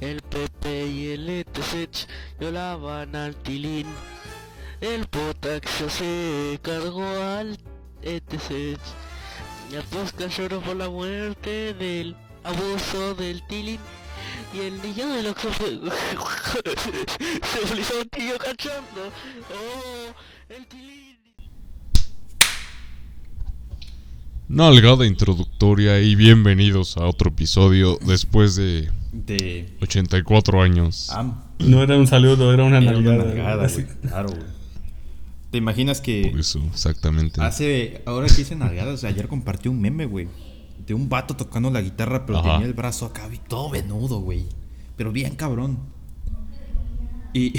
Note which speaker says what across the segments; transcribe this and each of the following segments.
Speaker 1: El PP y el ETSECH violaban al tilín. El Potaxio se cargó al E ETSECH. Y Apóstol lloró por la muerte del abuso del tilín. Y el niño del Oxxo fue- se utilizó un tío cachando. Oh, el tilín.
Speaker 2: Nalgada introductoria y bienvenidos a otro episodio después de
Speaker 3: De.
Speaker 2: 84 años.
Speaker 4: Ah,
Speaker 3: am-
Speaker 4: No era un saludo, era una
Speaker 3: era una
Speaker 4: nalgada.
Speaker 3: nalgada,
Speaker 4: Así.
Speaker 3: güey. Claro, güey. ¿Te imaginas que
Speaker 2: Eso, exactamente.
Speaker 3: hace. Ahora que hice nalgadas, ayer compartí un meme, güey. De un vato tocando la guitarra, pero
Speaker 2: Ajá.
Speaker 3: tenía el brazo acá, güey, todo venudo, güey. Pero bien cabrón. Y,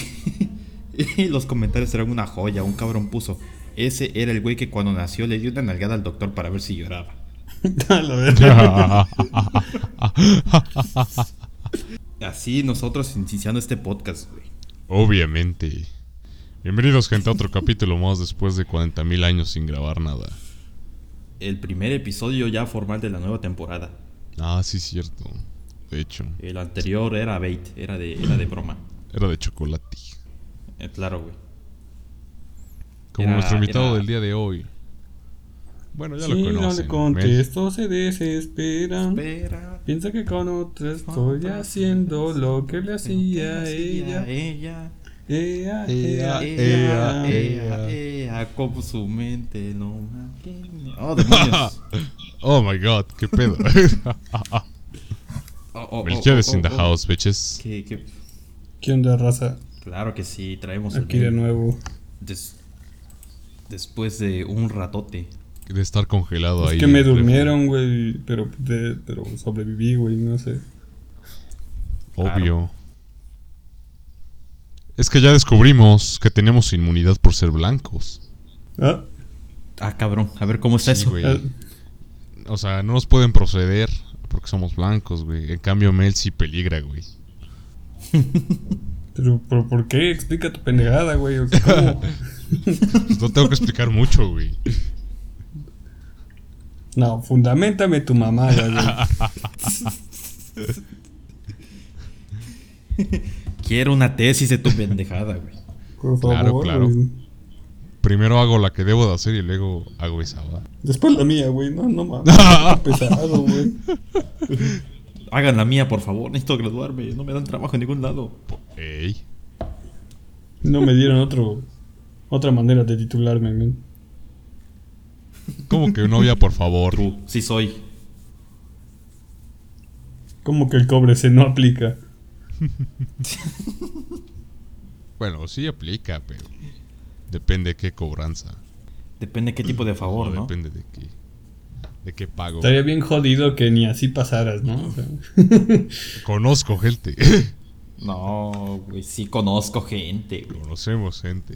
Speaker 3: y los comentarios eran una joya. Un cabrón puso. Ese era el güey que cuando nació le dio una nalgada al doctor para ver si lloraba.
Speaker 4: A la verga.
Speaker 3: Así nosotros iniciando este podcast, güey.
Speaker 2: Obviamente. Bienvenidos gente a otro capítulo más después de 40.000 años sin grabar nada.
Speaker 3: El primer episodio ya formal de la nueva temporada.
Speaker 2: Ah, sí, cierto. De hecho,
Speaker 3: El anterior era bait, era de, era de broma.
Speaker 2: era de chocolate.
Speaker 3: Eh, claro, güey.
Speaker 2: Como
Speaker 3: Era-
Speaker 2: nuestro invitado
Speaker 3: era-
Speaker 2: del día de hoy. Bueno, Pues ya lo
Speaker 4: Sí, no
Speaker 2: conocen.
Speaker 4: le
Speaker 2: ¿ven?
Speaker 4: contesto, se desespera.
Speaker 3: Espera.
Speaker 4: Piensa que con otra estoy haciendo lo que le hacía a ella.
Speaker 3: eh. ella.
Speaker 4: Ea,
Speaker 2: Ea, ea,
Speaker 4: ea, ea,
Speaker 2: ea.
Speaker 4: ea.
Speaker 3: ella, como su mente no mantiene. Oh, demonios.
Speaker 2: Oh my god, qué pedo.
Speaker 3: Oh, oh, oh,
Speaker 2: Melchor is
Speaker 3: oh,
Speaker 2: in the
Speaker 3: oh, oh.
Speaker 2: house, bitches.
Speaker 3: Que- que-
Speaker 4: ¿Qué onda, raza?
Speaker 3: Claro que sí, traemos el
Speaker 4: Aquí de
Speaker 3: mail
Speaker 4: nuevo.
Speaker 3: des- después de un ratote.
Speaker 2: De estar congelado ahí.
Speaker 4: Es que me
Speaker 2: en el refri.
Speaker 4: durmieron, güey, pero, de- pero sobreviví, güey, no sé.
Speaker 2: Obvio. Es que ya descubrimos que tenemos inmunidad por ser blancos.
Speaker 4: Ah,
Speaker 3: Ah, cabrón, a ver cómo está
Speaker 2: Sí,
Speaker 3: eso.
Speaker 2: güey.
Speaker 4: ah,
Speaker 2: O sea, no nos pueden proceder porque somos blancos, güey. En cambio, Mel sí peligra, güey.
Speaker 4: pero, pero ¿por qué? Explica tu pendejada, güey. o sea, ¿cómo?
Speaker 2: Pues No tengo que explicar mucho, güey.
Speaker 4: no, fundamentame tu mamada, güey.
Speaker 3: Quiero una tesis de tu pendejada, güey.
Speaker 4: Por favor,
Speaker 2: Claro, claro.
Speaker 4: güey.
Speaker 2: Primero hago la que debo de hacer y luego hago esa, ¿va?
Speaker 4: Después la mía, güey. No, no mames. Qué pesado, güey.
Speaker 3: Hagan la mía, por favor. Necesito graduarme. No me dan trabajo en ningún lado.
Speaker 2: Ey.
Speaker 4: No me dieron otro, otra manera de titularme, men.
Speaker 2: Como que novia, por favor.
Speaker 3: True. Sí soy.
Speaker 4: Como que el cobre se no aplica.
Speaker 2: Bueno, sí aplica, pero depende de qué cobranza.
Speaker 3: Depende qué tipo de favor,
Speaker 2: O
Speaker 3: ¿no?
Speaker 2: Depende de qué, de qué pago.
Speaker 4: Estaría bien jodido que ni así pasaras, ¿no? O sea,
Speaker 2: Conozco gente.
Speaker 3: No, güey, sí conozco gente, güey.
Speaker 2: Conocemos gente.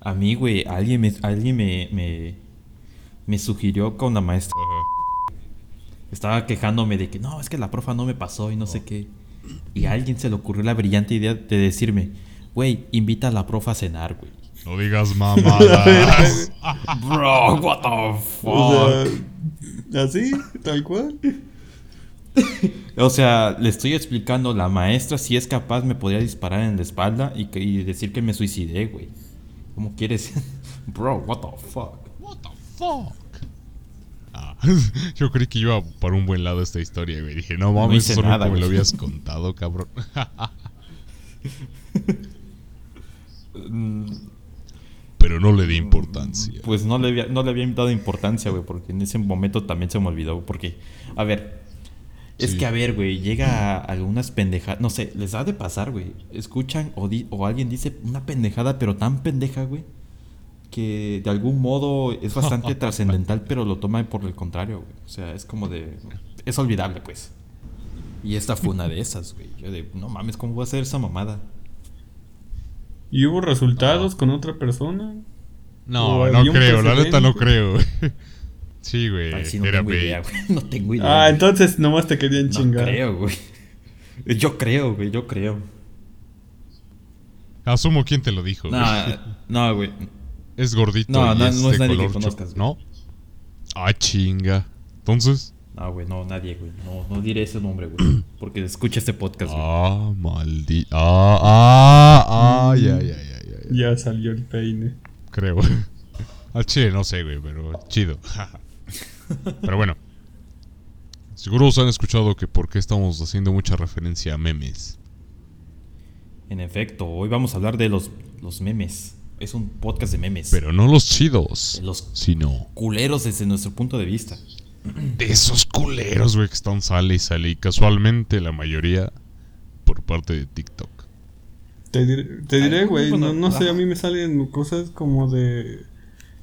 Speaker 3: A mí, güey, alguien me, alguien me, me, me sugirió con la maestra.
Speaker 2: Ajá.
Speaker 3: Estaba quejándome de que no, es que la profa no me pasó y no sé qué. Y a alguien se le ocurrió la brillante idea de decirme, güey, invita a la profa a cenar, güey.
Speaker 2: No digas mamadas.
Speaker 3: Bro, what the
Speaker 4: o
Speaker 3: fuck.
Speaker 4: sea, así, tal cual.
Speaker 3: O sea, le estoy explicando, la maestra si es capaz me podría disparar en la espalda y, que- y decir que me suicidé, güey. ¿Cómo quieres? Bro, what the fuck.
Speaker 2: What the fuck? Ah, yo creí que iba para un buen lado esta historia, güey. Dije, no mames,
Speaker 3: hice
Speaker 2: eso nunca
Speaker 3: nada,
Speaker 2: me lo
Speaker 3: güey.
Speaker 2: habías contado, cabrón.
Speaker 3: Mm,
Speaker 2: Pero no le di importancia.
Speaker 3: Pues no le había, no le había dado importancia, güey, porque en ese momento también se me olvidó. Porque, a ver, es
Speaker 2: Sí.
Speaker 3: que a ver, güey, llega a algunas pendejadas, no sé, les da de pasar, güey. Escuchan o, di- o alguien dice una pendejada, pero tan pendeja, güey, que de algún modo es bastante trascendental, pero lo toman por el contrario, güey. O sea, es como de. Es olvidable, pues. Y esta fue una de esas, güey. Yo de, no mames, ¿cómo voy a hacer esa mamada?
Speaker 4: ¿Y hubo resultados con otra persona?
Speaker 2: No,
Speaker 4: ¿O
Speaker 2: no
Speaker 4: había un
Speaker 2: creo, la neta no
Speaker 4: precedente?
Speaker 2: creo, güey. Sí, güey.
Speaker 3: Ay, sí, no
Speaker 2: era
Speaker 3: tengo
Speaker 2: bait.
Speaker 3: idea, güey. No tengo idea.
Speaker 4: Ah,
Speaker 3: güey.
Speaker 4: entonces nomás te querían
Speaker 3: No
Speaker 4: chingar.
Speaker 3: creo, güey. Yo creo, güey, yo creo.
Speaker 2: Asumo quién te lo dijo.
Speaker 3: No,
Speaker 2: güey.
Speaker 3: no, güey.
Speaker 2: Es gordito.
Speaker 3: No,
Speaker 2: y
Speaker 3: no-
Speaker 2: es
Speaker 3: no es
Speaker 2: de
Speaker 3: nadie que
Speaker 2: color cho-
Speaker 3: conozcas, güey.
Speaker 2: ¿No? Ah, chinga. Entonces,
Speaker 3: Ah, güey, no, nadie, güey. No, no diré ese nombre, güey. Porque escucha este podcast, güey.
Speaker 2: Ah, maldito. Ah, ah, ah, ya, ya, ya, ya, ya.
Speaker 4: Ya salió el peine.
Speaker 2: Creo. Al chile no sé, güey, pero chido. pero bueno. Seguro os han escuchado que por qué estamos haciendo mucha referencia a memes.
Speaker 3: En efecto, hoy vamos a hablar de los, los memes. Es un podcast de memes.
Speaker 2: Pero no los chidos,
Speaker 3: De los
Speaker 2: sino
Speaker 3: culeros desde nuestro punto de vista.
Speaker 2: de esos culeros, güey, que están sale y sale. Y casualmente la mayoría por parte de TikTok.
Speaker 4: Te, dir- te diré,
Speaker 3: Algunos,
Speaker 4: güey, no,
Speaker 3: bueno,
Speaker 4: no sé,
Speaker 3: ajá.
Speaker 4: a mí me salen cosas como de,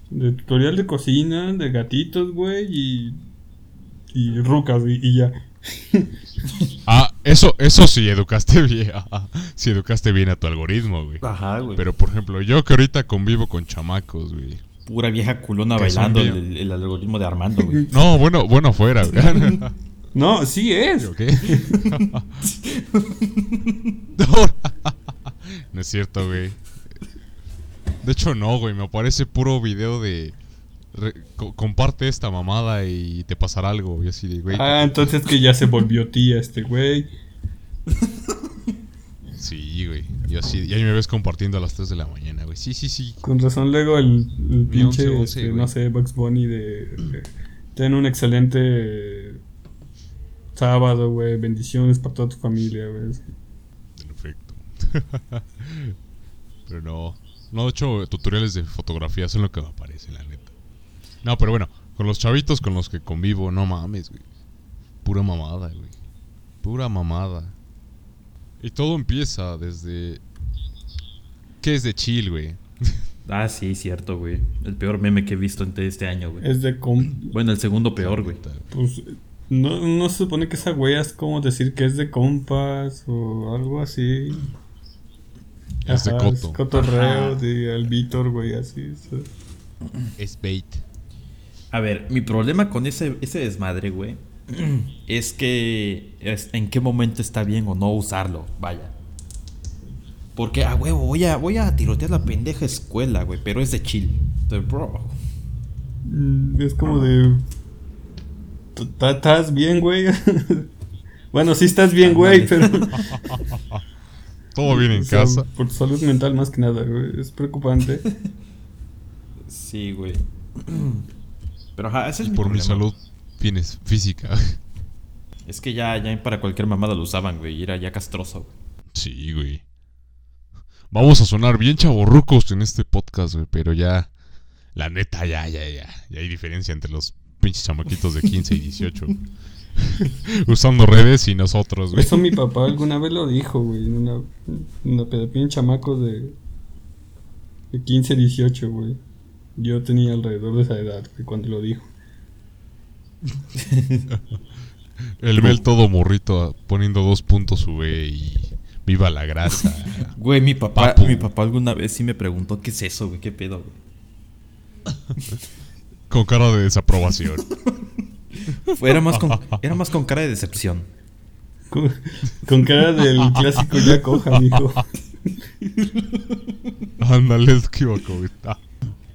Speaker 4: de tutorial de cocina, de gatitos, güey, y, y rucas, y, y ya.
Speaker 2: Ah, eso, eso sí, educaste bien. Si educaste bien a tu algoritmo,
Speaker 4: Ah,
Speaker 2: güey.
Speaker 3: Ajá, güey.
Speaker 2: Pero por ejemplo, yo que ahorita convivo con chamacos, güey.
Speaker 3: Pura vieja culona
Speaker 2: Que son
Speaker 3: bailando
Speaker 2: bien.
Speaker 3: el, el algoritmo de Armando, güey.
Speaker 2: No, bueno, bueno fuera, güey.
Speaker 4: No, sí es.
Speaker 2: ¿Yo qué? no, no es cierto, güey. De hecho, no, güey. Me aparece puro video de. re- co- comparte esta mamada y te pasará algo. Y así de, güey.
Speaker 4: Ah, entonces que ya se volvió tía este güey.
Speaker 2: Sí, güey. Y así. Y ahí me ves compartiendo a las 3 de la mañana, güey. Sí, sí, sí.
Speaker 4: Con razón luego el, el pinche,
Speaker 2: 11,
Speaker 4: este,
Speaker 2: güey.
Speaker 4: no sé, Bugs Bunny de... de- ten un excelente eh, sábado, güey. Bendiciones para toda tu familia, güey.
Speaker 2: Perfecto. pero no. No, de hecho, tutoriales de fotografía son lo que me aparece, la neta. No, pero bueno, con los chavitos con los que convivo, no mames, güey. Pura mamada, güey. Pura mamada. Y todo empieza desde. ¿Qué es de chill, güey?
Speaker 3: Ah, sí, cierto, güey. El peor meme que he visto en todo este año, güey.
Speaker 4: Es de... com-
Speaker 3: Bueno, el segundo peor, güey.
Speaker 4: Pues... No, no se supone que esa güey es como decir que es de compas o algo así.
Speaker 2: Es de
Speaker 4: Ajá,
Speaker 2: coto.
Speaker 4: cotorreo
Speaker 3: Ajá.
Speaker 4: de al Víctor, güey, así. sí.
Speaker 2: Es bait.
Speaker 3: A ver, mi problema con ese, ese desmadre, güey, es que es- en qué momento está bien o no usarlo, vaya. Porque, ah, huevo, voy a, voy a tirotear la pendeja escuela, güey, pero es de chill. De bro.
Speaker 4: Mm, Es como de. ¿Estás bien, güey? bueno, sí estás bien, güey, pero.
Speaker 2: Todo bien en
Speaker 4: o sea,
Speaker 2: casa.
Speaker 4: Por tu salud mental, más que nada, güey. Es preocupante.
Speaker 3: Sí, güey. Pero, ajá, ese es
Speaker 2: Y
Speaker 3: mi
Speaker 2: por mi
Speaker 3: problema.
Speaker 2: salud fines- física.
Speaker 3: Es que ya, ya para cualquier mamada lo usaban, güey, y era ya castroso, güey.
Speaker 2: Sí, güey. Vamos a sonar bien chaborrucos en este podcast, güey, pero ya. La neta, ya, ya, ya. Ya hay diferencia entre los pinches chamaquitos de 15 y 18. güey. Usando redes y nosotros, güey.
Speaker 4: Eso mi papá alguna vez lo dijo, güey. en Una, una pedapilla en chamacos de. de 15, 18, güey. Yo tenía alrededor de esa edad, güey, cuando lo dijo.
Speaker 2: El Bel todo morrito ah, poniendo dos puntos V y. Viva la grasa.
Speaker 3: Güey, mi papá,
Speaker 2: Papu.
Speaker 3: mi papá alguna vez sí me preguntó qué es eso, güey, qué pedo, güey.
Speaker 2: con cara de desaprobación.
Speaker 3: Fue- Era más con, era más con cara de decepción.
Speaker 4: Con, con cara del clásico ya coja, mijo.
Speaker 2: Ándale, es que iba a Ah, comentar.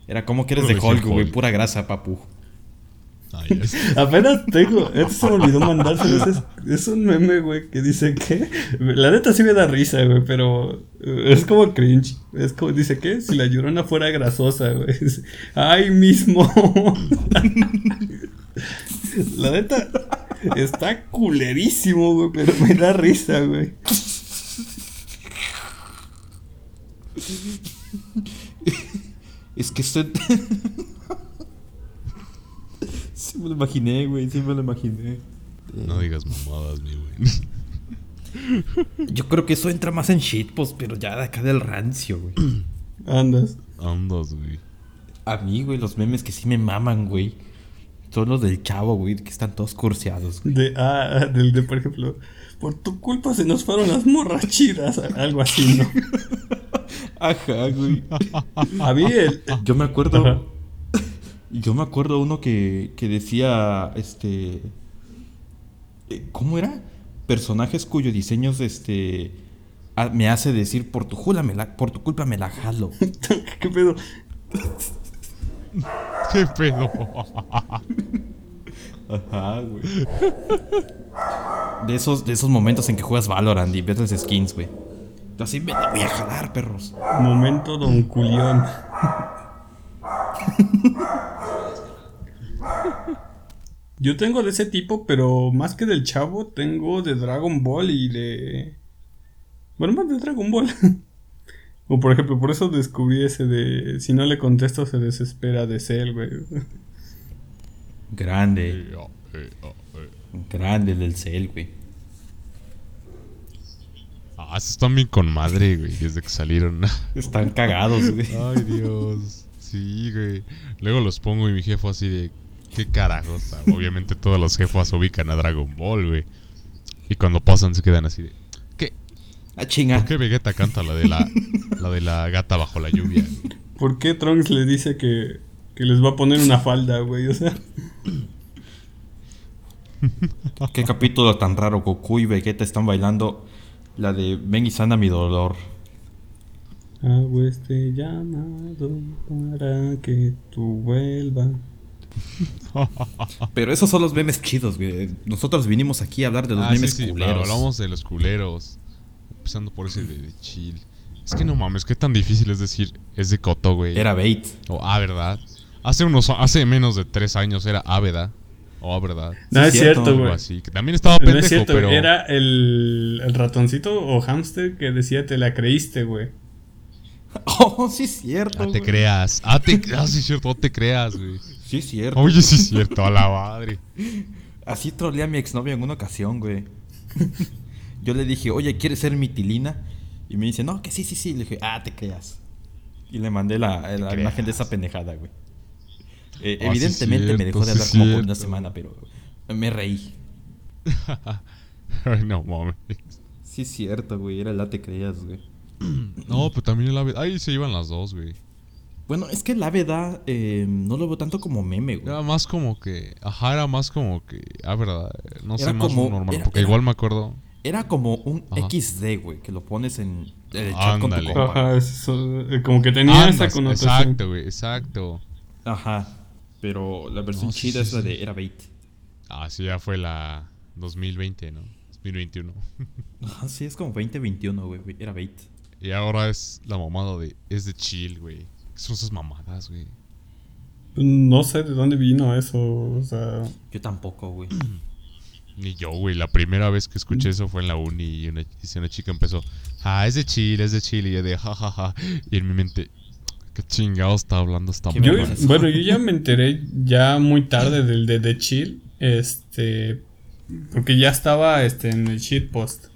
Speaker 3: Era como que eres
Speaker 2: Puro
Speaker 3: de Hulk,
Speaker 2: Hulk.
Speaker 3: güey, pura grasa, papu.
Speaker 2: Ah, ya sé.
Speaker 4: Apenas tengo, esto se me olvidó mandárselo. Es, es un meme, güey, que dice que. La neta sí me da risa, güey, pero eh, es como cringe. Es como, dice que si la llorona fuera grasosa, güey. Es- Ay, mismo. la neta está culerísimo, güey, pero me da risa, güey.
Speaker 3: Es que usted. sí me lo imaginé, güey, sí me lo imaginé.
Speaker 2: No digas mamadas, mi güey.
Speaker 3: Yo creo que eso entra más en shitpost, pero ya de acá del rancio, güey.
Speaker 4: Andas.
Speaker 2: Andas, güey.
Speaker 3: A mí, güey, los memes que sí me maman, güey. Son los del chavo, güey, que están todos curseados, güey.
Speaker 4: De, ah, del de, por ejemplo, por tu culpa se nos fueron las morrachidas. Algo así, ¿no?
Speaker 3: Ajá, güey.
Speaker 4: A mí el.
Speaker 3: Yo me
Speaker 4: Ajá.
Speaker 3: acuerdo. Yo me acuerdo uno que, que decía. Este. eh, ¿Cómo era? Personajes cuyos diseños este. ah, Me hace decir por tu, jula me la- por tu culpa me la jalo.
Speaker 4: ¿Qué pedo?
Speaker 2: ¿Qué pedo?
Speaker 3: Ajá, güey. De esos, de esos momentos en que juegas Valorant y ves las skins, güey. Tú así, me la voy a jalar, perros.
Speaker 4: Momento don Culión. Yo tengo de ese tipo, pero más que del chavo, tengo de Dragon Ball y de. Bueno, más de Dragon Ball. o por ejemplo, por eso descubrí ese de. Si no le contesto, se desespera de Cell, güey.
Speaker 3: Grande,
Speaker 2: Eh, oh, eh, oh, eh.
Speaker 3: grande el del Cell, güey.
Speaker 2: Ah, esos están bien con madre, güey, desde que salieron.
Speaker 3: Están cagados, güey.
Speaker 2: Ay, Dios. Sí, güey. Luego los pongo y mi jefe así de. ¿Qué carajos? O sea, Obviamente todas las jefas ubican a Dragon Ball, güey. Y cuando pasan se quedan así de. ¿Qué?
Speaker 3: Ah,
Speaker 2: ¿Por
Speaker 3: chinga.
Speaker 2: qué Vegeta canta la de la, la, de la gata bajo la lluvia? güey?
Speaker 4: ¿Por qué Trunks le dice que, que les va a poner una falda, güey? O sea,
Speaker 3: Qué capítulo tan raro. Goku y Vegeta están bailando la de Ven y sana mi dolor.
Speaker 4: hago este llamado para que tú vuelvas.
Speaker 3: Ah. Pero esos son los memes chidos, güey. Nosotros vinimos aquí a hablar de los
Speaker 2: Ah, sí,
Speaker 3: memes
Speaker 2: sí, claro,
Speaker 3: culeros.
Speaker 2: hablamos de los culeros. Empezando por ese de, de chill. Es que no mames, qué tan difícil es decir. Es de Coto, güey.
Speaker 3: Era bait.
Speaker 2: O ah, ¿verdad? Hace unos hace menos de tres años era ah, ¿verdad? O ah, ¿verdad?
Speaker 4: No,
Speaker 3: Sí,
Speaker 4: es
Speaker 3: cierto,
Speaker 4: cierto,
Speaker 2: Algo
Speaker 4: güey.
Speaker 2: así. Que también estaba pendejo,
Speaker 4: No es cierto,
Speaker 2: pero
Speaker 4: era el, el ratoncito o hámster que decía te la creíste, güey.
Speaker 3: Oh, sí es cierto.
Speaker 2: ah, te
Speaker 3: güey.
Speaker 2: creas. Ah, te, ah, sí es cierto, ah, te creas, güey.
Speaker 3: Sí es cierto.
Speaker 2: Oye, sí es cierto, a la madre.
Speaker 3: Así troleé a mi exnovia en una ocasión, güey. Yo le dije, oye, ¿quieres ser mi tilina? Y me dice, no, que sí, sí, sí. Le dije, ah, te creas. Y le mandé la, eh, la
Speaker 2: creas.
Speaker 3: imagen de esa pendejada, güey. Eh,
Speaker 2: Ah, sí es
Speaker 3: evidentemente me dejó de
Speaker 2: cierto, sí
Speaker 3: hablar
Speaker 2: es
Speaker 3: como por
Speaker 2: cierto.
Speaker 3: una semana, pero me reí.
Speaker 2: Ay, no mames.
Speaker 3: Sí es cierto, güey. Era la te creas, güey.
Speaker 2: No, pero también el ave. Ahí se iban las dos, güey.
Speaker 3: Bueno, es que la verdad eh, no lo veo tanto como meme, güey.
Speaker 2: Era más como que. Ajá, era más como que. Ah, verdad. No
Speaker 3: Era
Speaker 2: sé, más
Speaker 3: como-
Speaker 2: normal.
Speaker 3: era-
Speaker 2: porque
Speaker 3: era-
Speaker 2: igual me acuerdo.
Speaker 3: Era como un
Speaker 2: Ajá.
Speaker 3: XD, güey, que lo pones en el chat con tu
Speaker 2: Ándale.
Speaker 3: compa.
Speaker 4: Ajá, eso, eh, como que tenía
Speaker 2: Andas,
Speaker 4: esa connotación.
Speaker 2: Ah, exacto, güey, exacto.
Speaker 3: Ajá. Pero la versión
Speaker 2: No, sí,
Speaker 3: chida
Speaker 2: sí,
Speaker 3: es la
Speaker 2: sí.
Speaker 3: de Era Bait.
Speaker 2: Ah, sí, ya fue la 2020, ¿no? 2021.
Speaker 3: Ajá, sí, es como 2021, güey. güey, Era Bait.
Speaker 2: Y ahora es la mamada de. Es de chill, güey. ¿Qué son esas mamadas, güey?
Speaker 4: No sé de dónde vino eso, o sea...
Speaker 3: Yo tampoco, güey.
Speaker 2: Ni yo, güey. La primera vez que escuché eso fue en la uni y una, y una chica empezó. Ah, es de chill, es de chill. Y yo de jajaja. Y en mi mente. ¿Qué chingado está hablando esta
Speaker 3: Qué
Speaker 2: morra?"
Speaker 4: Yo,
Speaker 3: vergüenza.
Speaker 4: bueno, yo ya me enteré ya muy tarde del de The Chill, este... Porque ya estaba este, en el shitpost.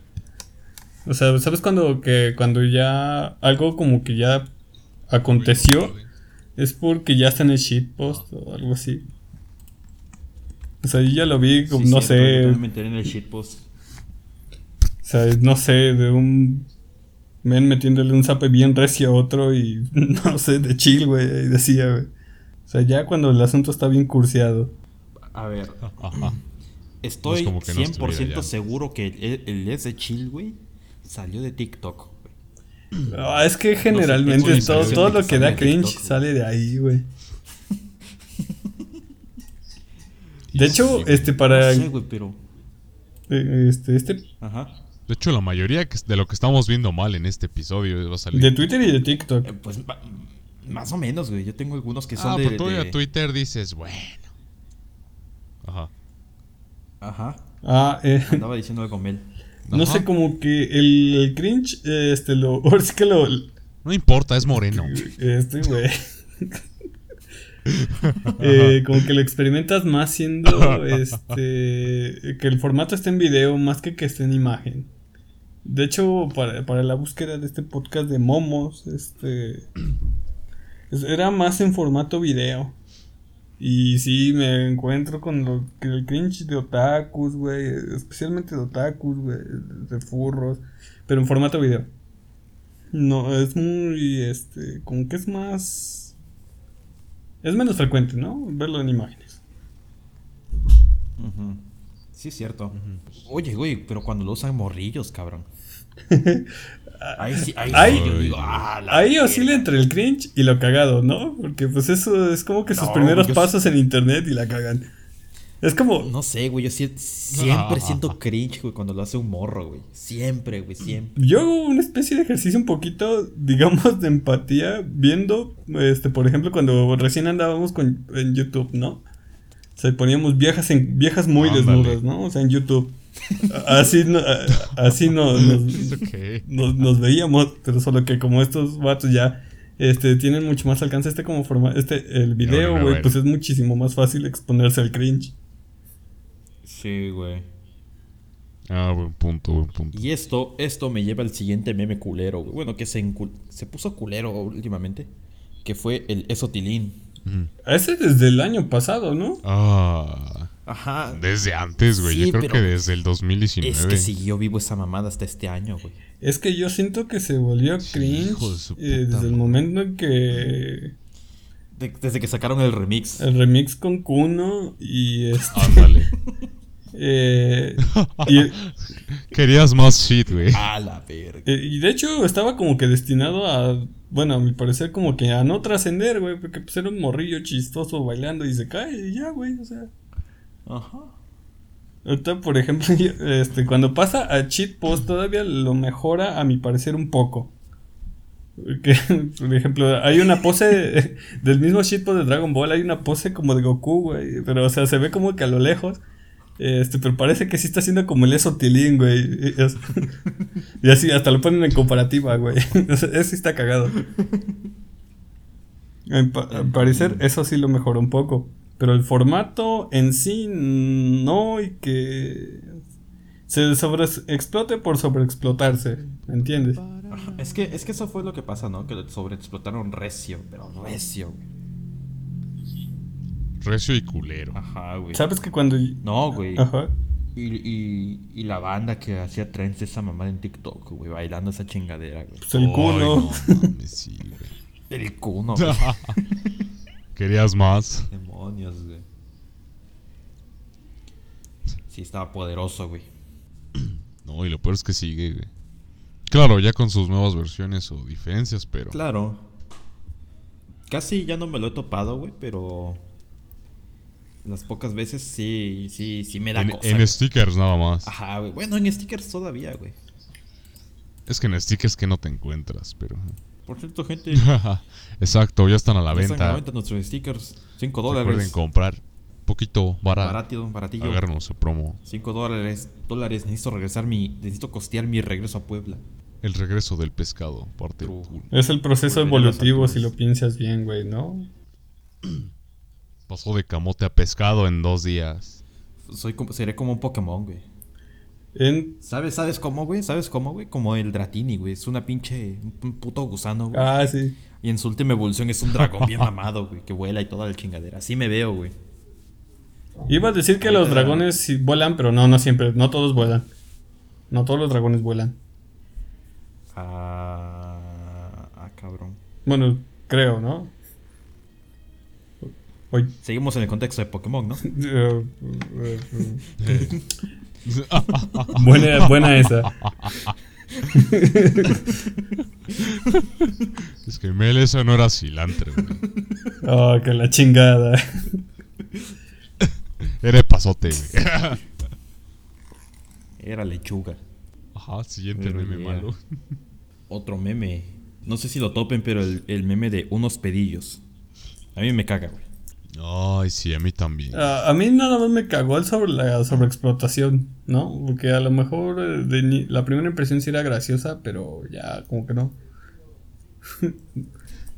Speaker 4: O sea, ¿sabes cuando, que, cuando ya algo como que ya aconteció? Es porque ya está en el shitpost o algo así. O sea, yo ya lo vi, como,
Speaker 3: Sí,
Speaker 4: no
Speaker 3: cierto,
Speaker 4: sé,
Speaker 3: yo también me enteré en el shitpost.
Speaker 4: O sea, no sé, de un men metiéndole un zape bien recio a otro y no sé, de chill, güey, y decía, güey. O sea, ya cuando el asunto está bien curseado.
Speaker 3: A ver,
Speaker 2: Ajá.
Speaker 3: estoy
Speaker 2: como que no estuviera
Speaker 3: 100%
Speaker 2: ya.
Speaker 3: seguro que el, el es de Chill, güey, salió de TikTok, güey.
Speaker 4: Ah, es que generalmente
Speaker 3: No sé,
Speaker 4: todo,
Speaker 3: sí,
Speaker 4: todo
Speaker 3: sí,
Speaker 4: lo
Speaker 3: sí,
Speaker 4: que
Speaker 3: sale
Speaker 4: da
Speaker 3: de
Speaker 4: cringe
Speaker 3: TikTok, güey.
Speaker 4: sale de ahí, güey. De hecho,
Speaker 2: Sí, güey.
Speaker 4: este para
Speaker 3: No sé, güey, pero...
Speaker 4: eh, este, este
Speaker 3: Ajá.
Speaker 2: De hecho, la mayoría que- de lo que estamos viendo mal en este episodio va a salir.
Speaker 4: de Twitter y de TikTok.
Speaker 3: Eh, pues ma- más o menos, güey. Yo tengo algunos que son
Speaker 2: ah,
Speaker 3: de...
Speaker 2: pero tú
Speaker 3: de-
Speaker 2: a Twitter dices, bueno. Ajá.
Speaker 3: Ajá.
Speaker 4: Ah, eh,
Speaker 3: Andaba diciendo algo Mel.
Speaker 4: no sé,
Speaker 2: Ajá.
Speaker 4: como que el, el cringe, eh, este, lo, ahora sí que lo,
Speaker 2: No importa, es moreno.
Speaker 4: Este, güey. Eh, como que lo experimentas más siendo este que el formato esté en video más que que esté en imagen. De hecho, para, para la búsqueda de este podcast de momos, este es- era más en formato video. Y sí, me encuentro con lo, que el cringe de otakus, güey, especialmente de otakus, güey, de furros, pero en formato video. No, es muy, este, como que es más... Es menos frecuente, ¿no? Verlo en imágenes.
Speaker 3: Ujú. Sí, es cierto. Oye, güey, pero cuando lo usan morrillos, cabrón. Ahí sí, ahí,
Speaker 4: Ay.
Speaker 3: sí, yo digo, ah, la
Speaker 4: Ahí
Speaker 3: verga.
Speaker 4: oscila entre el cringe y lo cagado, ¿no? Porque pues eso es como que sus
Speaker 3: No,
Speaker 4: primeros
Speaker 3: yo-
Speaker 4: pasos en internet y la cagan. Es como.
Speaker 3: No sé, güey. Yo sie- siempre
Speaker 2: Ah.
Speaker 3: siento cringe, güey, cuando lo hace un morro, güey. Siempre, güey, siempre.
Speaker 4: Yo hago una especie de ejercicio un poquito, digamos, de empatía, viendo, este, por ejemplo, cuando recién andábamos con, en YouTube, ¿no? O sea, poníamos viejas en viejas muy
Speaker 2: Ándale.
Speaker 4: desnudas, ¿no? O sea, en YouTube. Así, no- a- así no- nos,
Speaker 2: ok.
Speaker 4: nos, nos veíamos, pero solo que como estos vatos ya este, tienen mucho más alcance, este como forma, este, el
Speaker 2: Ahora,
Speaker 4: video,
Speaker 2: bueno.
Speaker 4: güey, pues es muchísimo más fácil exponerse al cringe.
Speaker 3: Sí, güey.
Speaker 2: Ah, buen punto, buen punto.
Speaker 3: Y esto, esto me lleva al siguiente meme culero, güey. Bueno, que se, encul- se puso culero últimamente. Que fue el esotilín.
Speaker 2: Mm.
Speaker 4: Ese desde el año pasado, ¿no?
Speaker 2: Ah,
Speaker 3: Ajá.
Speaker 2: desde antes, güey.
Speaker 3: Sí,
Speaker 2: Yo creo
Speaker 3: pero-
Speaker 2: que desde el 2019.
Speaker 3: Es que siguió vivo esa mamada hasta este año, güey.
Speaker 4: Es que yo siento que se volvió
Speaker 2: Sí,
Speaker 4: cringe
Speaker 2: hijo de su
Speaker 4: eh,
Speaker 2: puta
Speaker 4: desde el
Speaker 2: madre.
Speaker 4: momento en que
Speaker 3: De- desde que sacaron el remix.
Speaker 4: el remix con Kuno y este,
Speaker 2: Ándale.
Speaker 4: eh, y, eh,
Speaker 2: Querías más shit, güey.
Speaker 3: A la verga.
Speaker 4: y de hecho estaba como que destinado a bueno, a mi parecer como que a no trascender, güey, porque pues era un morrillo chistoso bailando y se cae y ya, güey, o sea,
Speaker 3: Ajá.
Speaker 4: Ahorita, por ejemplo, yo, este, cuando pasa a cheat post todavía lo mejora a mi parecer un poco. Porque, por ejemplo, hay una pose del mismo shitpost de Dragon Ball, hay una pose como de Goku, güey. Pero, o sea, se ve como que a lo lejos. Este, pero parece que sí está haciendo como el esotilín, güey. Y, es- y así, hasta lo ponen en comparativa, güey. O sea, Eso sí está cagado. A mi pa- a mi parecer, eso sí lo mejoró un poco. Pero el formato en sí, mm, no, y que se sobreexplote por sobreexplotarse, ¿me entiendes?
Speaker 3: Ajá. Es que, es que eso fue lo que pasa, ¿no? Que lo sobreexplotaron recio, pero recio, güey.
Speaker 2: Recio y culero.
Speaker 3: Ajá, güey.
Speaker 4: ¿Sabes que cuando...
Speaker 3: No, güey.
Speaker 4: Ajá.
Speaker 3: Y, y, y la banda que hacía trends de esa mamada en TikTok, güey, bailando esa chingadera, güey.
Speaker 4: Pues el culo.
Speaker 2: Ay, no mames, sí, güey.
Speaker 3: El cuno, güey.
Speaker 2: Querías más.
Speaker 3: Demonios, güey. Sí, estaba poderoso, güey.
Speaker 2: No, y lo peor es que sigue, güey. Claro, ya con sus nuevas versiones o diferencias, pero.
Speaker 3: Claro. Casi ya no me lo he topado, güey, pero. Las pocas veces sí, sí, sí me da
Speaker 2: En,
Speaker 3: cosa. Ah.
Speaker 2: en
Speaker 3: güey.
Speaker 2: stickers nada más.
Speaker 3: Ajá, güey. Bueno, en stickers todavía, güey.
Speaker 2: Es que en stickers que no te encuentras, pero.
Speaker 3: Por cierto, gente,
Speaker 2: Exacto, ya están a la
Speaker 3: ya están a la
Speaker 2: venta.
Speaker 3: venta nuestros stickers. 5
Speaker 2: Recuerden
Speaker 3: dólares.
Speaker 2: comprar. Poquito barato.
Speaker 3: Baratito, baratillo.
Speaker 2: Agárrenos el promo.
Speaker 3: 5 dólares, dólares, necesito regresar mi, necesito costear mi regreso a Puebla.
Speaker 2: El regreso del pescado, parte
Speaker 3: True.
Speaker 2: uno.
Speaker 4: Es el proceso
Speaker 3: Volver a las
Speaker 4: evolutivo si
Speaker 3: alturas.
Speaker 4: lo piensas bien, güey, ¿no?
Speaker 2: Pasó de camote a pescado en dos días.
Speaker 3: Soy como, seré como un Pokémon, güey.
Speaker 4: En...
Speaker 3: ¿Sabes, sabes cómo, güey? ¿Sabes cómo, güey? Como el Dratini, güey. Es una pinche, un, un puto gusano, güey.
Speaker 4: Ah, sí.
Speaker 3: Y en su última evolución es un dragón bien mamado, güey, que vuela y toda la chingadera. Así me veo, güey.
Speaker 4: Iba a decir que los
Speaker 3: Ahorita-
Speaker 4: dragones sí vuelan, pero no, no siempre. No todos vuelan. No todos los dragones vuelan.
Speaker 3: Ah, ah, cabrón.
Speaker 4: Bueno, creo, ¿no? Oye.
Speaker 3: Seguimos en el contexto de Pokémon, ¿no?
Speaker 4: eh, eh, eh. buena, buena esa.
Speaker 2: Es que Mel, eso no era cilantro, güey.
Speaker 4: Oh, que la chingada.
Speaker 2: Era epazote, güey.
Speaker 3: Era lechuga.
Speaker 2: Ajá, siguiente
Speaker 3: Pero
Speaker 2: meme
Speaker 3: ya.
Speaker 2: malo.
Speaker 3: Otro meme. No sé si lo topen, pero el, el meme de unos pedillos. A mí me caga, güey.
Speaker 2: Ay, sí, a mí también.
Speaker 4: Ah, A, a mí nada más me cagó el sobre la sobreexplotación, ¿no? Porque a lo mejor eh, de ni- la primera impresión sí era graciosa, pero ya como que no.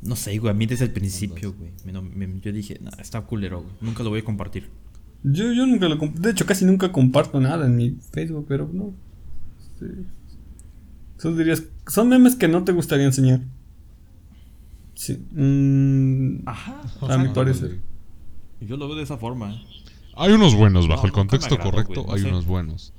Speaker 3: No sé, güey. A mí desde el principio, güey. me- no- me- yo dije, nah, está culero, güey. Nunca lo voy a compartir.
Speaker 4: Yo, yo nunca lo comp- De hecho, casi nunca comparto nada en mi Facebook, pero no. Sí. Son, dirías, son memes que no te gustaría enseñar. Sí. mm,
Speaker 3: Ajá.
Speaker 4: a mi parecer.
Speaker 3: Yo lo veo de esa forma. ¿eh?
Speaker 2: Hay unos buenos, bajo
Speaker 3: No,
Speaker 2: el
Speaker 3: nunca me
Speaker 2: contexto
Speaker 3: agradó,
Speaker 2: correcto,
Speaker 3: güey, no
Speaker 2: hay
Speaker 3: sé.
Speaker 2: unos buenos.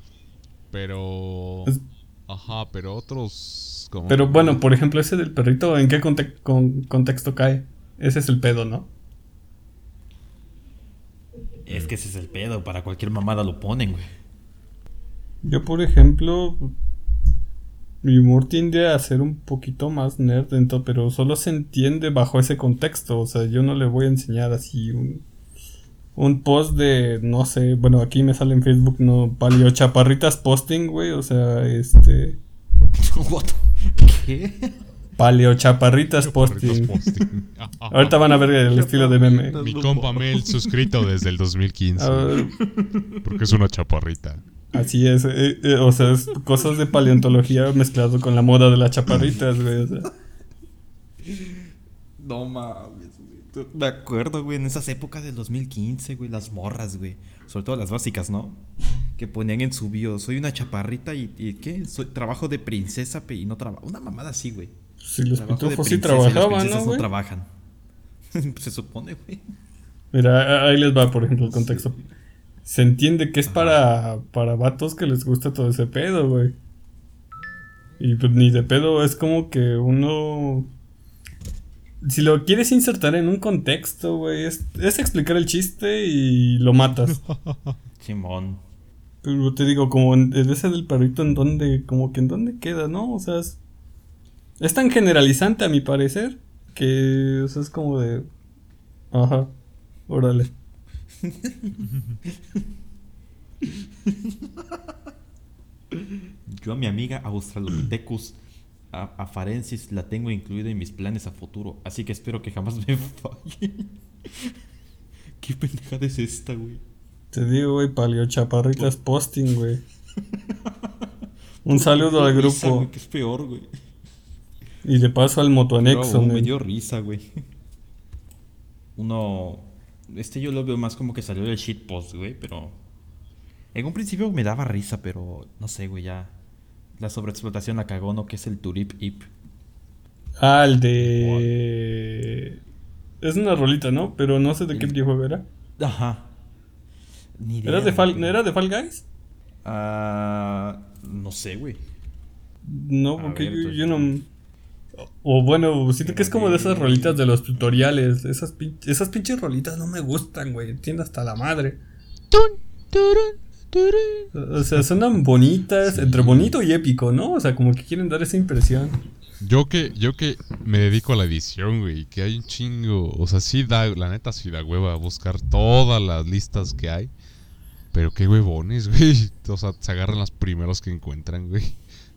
Speaker 2: Pero.
Speaker 4: Es-
Speaker 2: Ajá, pero otros. Como
Speaker 4: Pero bueno, por ejemplo, ese del perrito, ¿en qué conte- con- contexto cae? Ese es el pedo, ¿no?
Speaker 3: Es que ese es el pedo. Para cualquier mamada lo ponen, güey.
Speaker 4: Yo, por ejemplo, mi humor tiende a ser un poquito más nerd, ento- pero solo se entiende bajo ese contexto. O sea, yo no le voy a enseñar así un, un post de, no sé, bueno, aquí me sale en Facebook, no, palio, chaparritas posting, güey, o sea, este,
Speaker 3: What? ¿Qué?
Speaker 4: palio, chaparritas
Speaker 2: Chaparritos
Speaker 4: posting.
Speaker 2: posting.
Speaker 4: Ahorita van a ver el estilo de meme.
Speaker 2: Mi compa Mel suscrito desde el 2015.
Speaker 4: A ver,
Speaker 2: Porque es una chaparrita.
Speaker 4: así es, eh, eh, o sea, es cosas de paleontología mezclado con la moda de las chaparritas, güey, o sea.
Speaker 3: No mames, güey. Tú- Me acuerdo, güey, en esas épocas del 2015, güey, las morras, güey. Sobre todo las básicas, ¿no? Que ponían en su bio, soy una chaparrita y, y ¿qué? Soy, trabajo de princesa pe- y no trabajo. Una mamada así, güey.
Speaker 4: Si los
Speaker 3: Trabajo de
Speaker 4: pitufos sí
Speaker 3: princesa y las
Speaker 4: trabajaban,
Speaker 3: princesas
Speaker 4: ¿no, güey?
Speaker 3: trabajan. Se supone, güey.
Speaker 4: Mira, a- ahí les va, por ejemplo, el contexto. Se entiende que es para, para vatos que les gusta todo ese pedo, güey. Y pues ni de pedo, es como que uno... Si lo quieres insertar en un contexto, güey, es, es explicar el chiste y lo matas.
Speaker 3: Simón.
Speaker 4: Pero te digo, como en, en ese del perrito, ¿en dónde? Como que en dónde queda, ¿no? O sea, es, es tan generalizante a mi parecer que o sea, es como de... Ajá, órale.
Speaker 3: Yo a mi amiga Australopithecus a- afarensis la tengo incluida en mis planes a futuro, así que espero que jamás me falle. ¿Qué pendejada es esta, güey?
Speaker 4: Te digo, güey, palio chaparritas posting, güey. Un saludo al
Speaker 3: Me dio risa,
Speaker 4: grupo
Speaker 3: güey, que es peor, güey.
Speaker 4: y de paso al Motoanexo,
Speaker 3: No, me
Speaker 4: men.
Speaker 3: dio risa, güey. Uno. Este yo lo veo más como que salió del shitpost, güey, pero. En un principio me daba risa, pero no sé, güey, ya. La sobreexplotación la cagó, ¿no? Que es el Turip Ip.
Speaker 4: Ah, el de. Es una rolita, ¿no? Pero no sé de qué
Speaker 3: El-
Speaker 4: videojuego era.
Speaker 3: Ajá. Ni idea,
Speaker 4: ¿Era de,
Speaker 3: güey,
Speaker 4: Fall,
Speaker 3: pero-
Speaker 4: ¿Era de Fall Guys?
Speaker 3: Ah, no sé, güey.
Speaker 4: No,
Speaker 3: A
Speaker 4: porque
Speaker 3: ver,
Speaker 4: yo,
Speaker 3: tú-
Speaker 4: yo no. O bueno, siento que es como de esas
Speaker 3: Era de-
Speaker 4: rolitas de los tutoriales. Esas, pin- esas pinches rolitas no me gustan, güey. Entiendo hasta la madre. O sea, suenan bonitas, entre bonito y épico, ¿no? O sea, como que quieren dar esa impresión.
Speaker 2: Yo que, yo que me dedico a la edición, güey, que hay un chingo. O sea, sí da, la neta sí da hueva buscar todas las listas que hay. Pero qué huevones, güey. O sea, se agarran las primeros que encuentran, güey.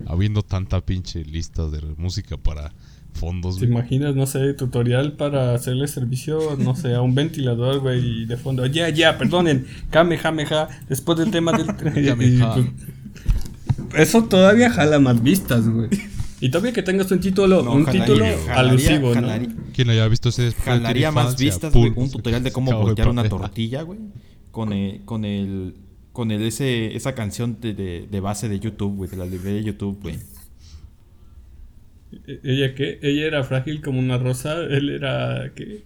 Speaker 2: Habiendo tanta pinche lista de música para fondos,
Speaker 4: ¿Te
Speaker 2: güey.
Speaker 4: imaginas, no sé, tutorial para hacerle servicio, no sé, a un ventilador, güey, y de fondo, ya, ya, perdonen, kamehameha, después del tema del...
Speaker 2: Kamehameha.
Speaker 4: Y, pues, Eso todavía jala más vistas, güey. Y todavía que tengas un título,
Speaker 3: No,
Speaker 4: un
Speaker 3: jalaría-
Speaker 4: título
Speaker 3: jalaría-
Speaker 4: alusivo,
Speaker 3: jalaría-
Speaker 4: ¿no?
Speaker 2: ¿Quién haya visto ese después de
Speaker 3: Jalaría
Speaker 2: tu
Speaker 3: más
Speaker 2: infancia?
Speaker 3: vistas, güey,
Speaker 2: Pum,
Speaker 3: un tutorial de cómo
Speaker 2: cabo
Speaker 3: voltear una
Speaker 2: papel.
Speaker 3: tortilla, güey. Con el, con el, con el ese, esa canción de, de, de base de YouTube, güey, de la librería de YouTube, güey.
Speaker 4: E- ¿Ella qué? Ella era frágil como una rosa, él era, ¿qué?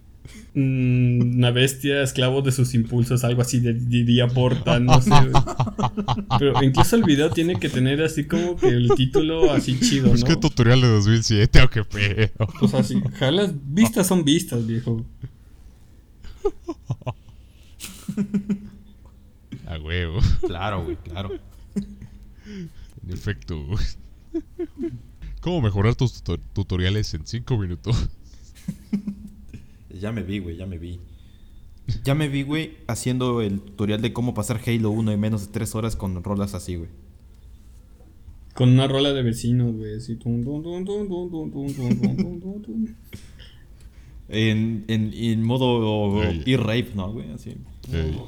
Speaker 4: Mm, Una bestia, esclavo de sus impulsos, algo así, de- diría Porta, no sé. güey. Pero incluso el video tiene que tener así como que el título así chido, ¿no?
Speaker 2: Es que tutorial de 2007, o oh, qué feo.
Speaker 4: O sea, si jalas, vistas son vistas, viejo.
Speaker 2: A huevo.
Speaker 3: Claro, güey, claro.
Speaker 2: En efecto. güey. ¿Cómo mejorar tus tuto- tutoriales en 5 minutos?
Speaker 3: Ya me vi, güey, ya me vi. Ya me vi, güey, haciendo el tutorial de cómo pasar Halo 1 en menos de 3 horas con rolas así, güey.
Speaker 4: Con una rola de vecinos, güey. Así. tum, tum, tum, tum, tum, tum, tum, tum, tum, tum, tum, tum.
Speaker 3: En, en, en modo
Speaker 2: Ey.
Speaker 3: e-rape, ¿no, güey? Así.
Speaker 2: Ey,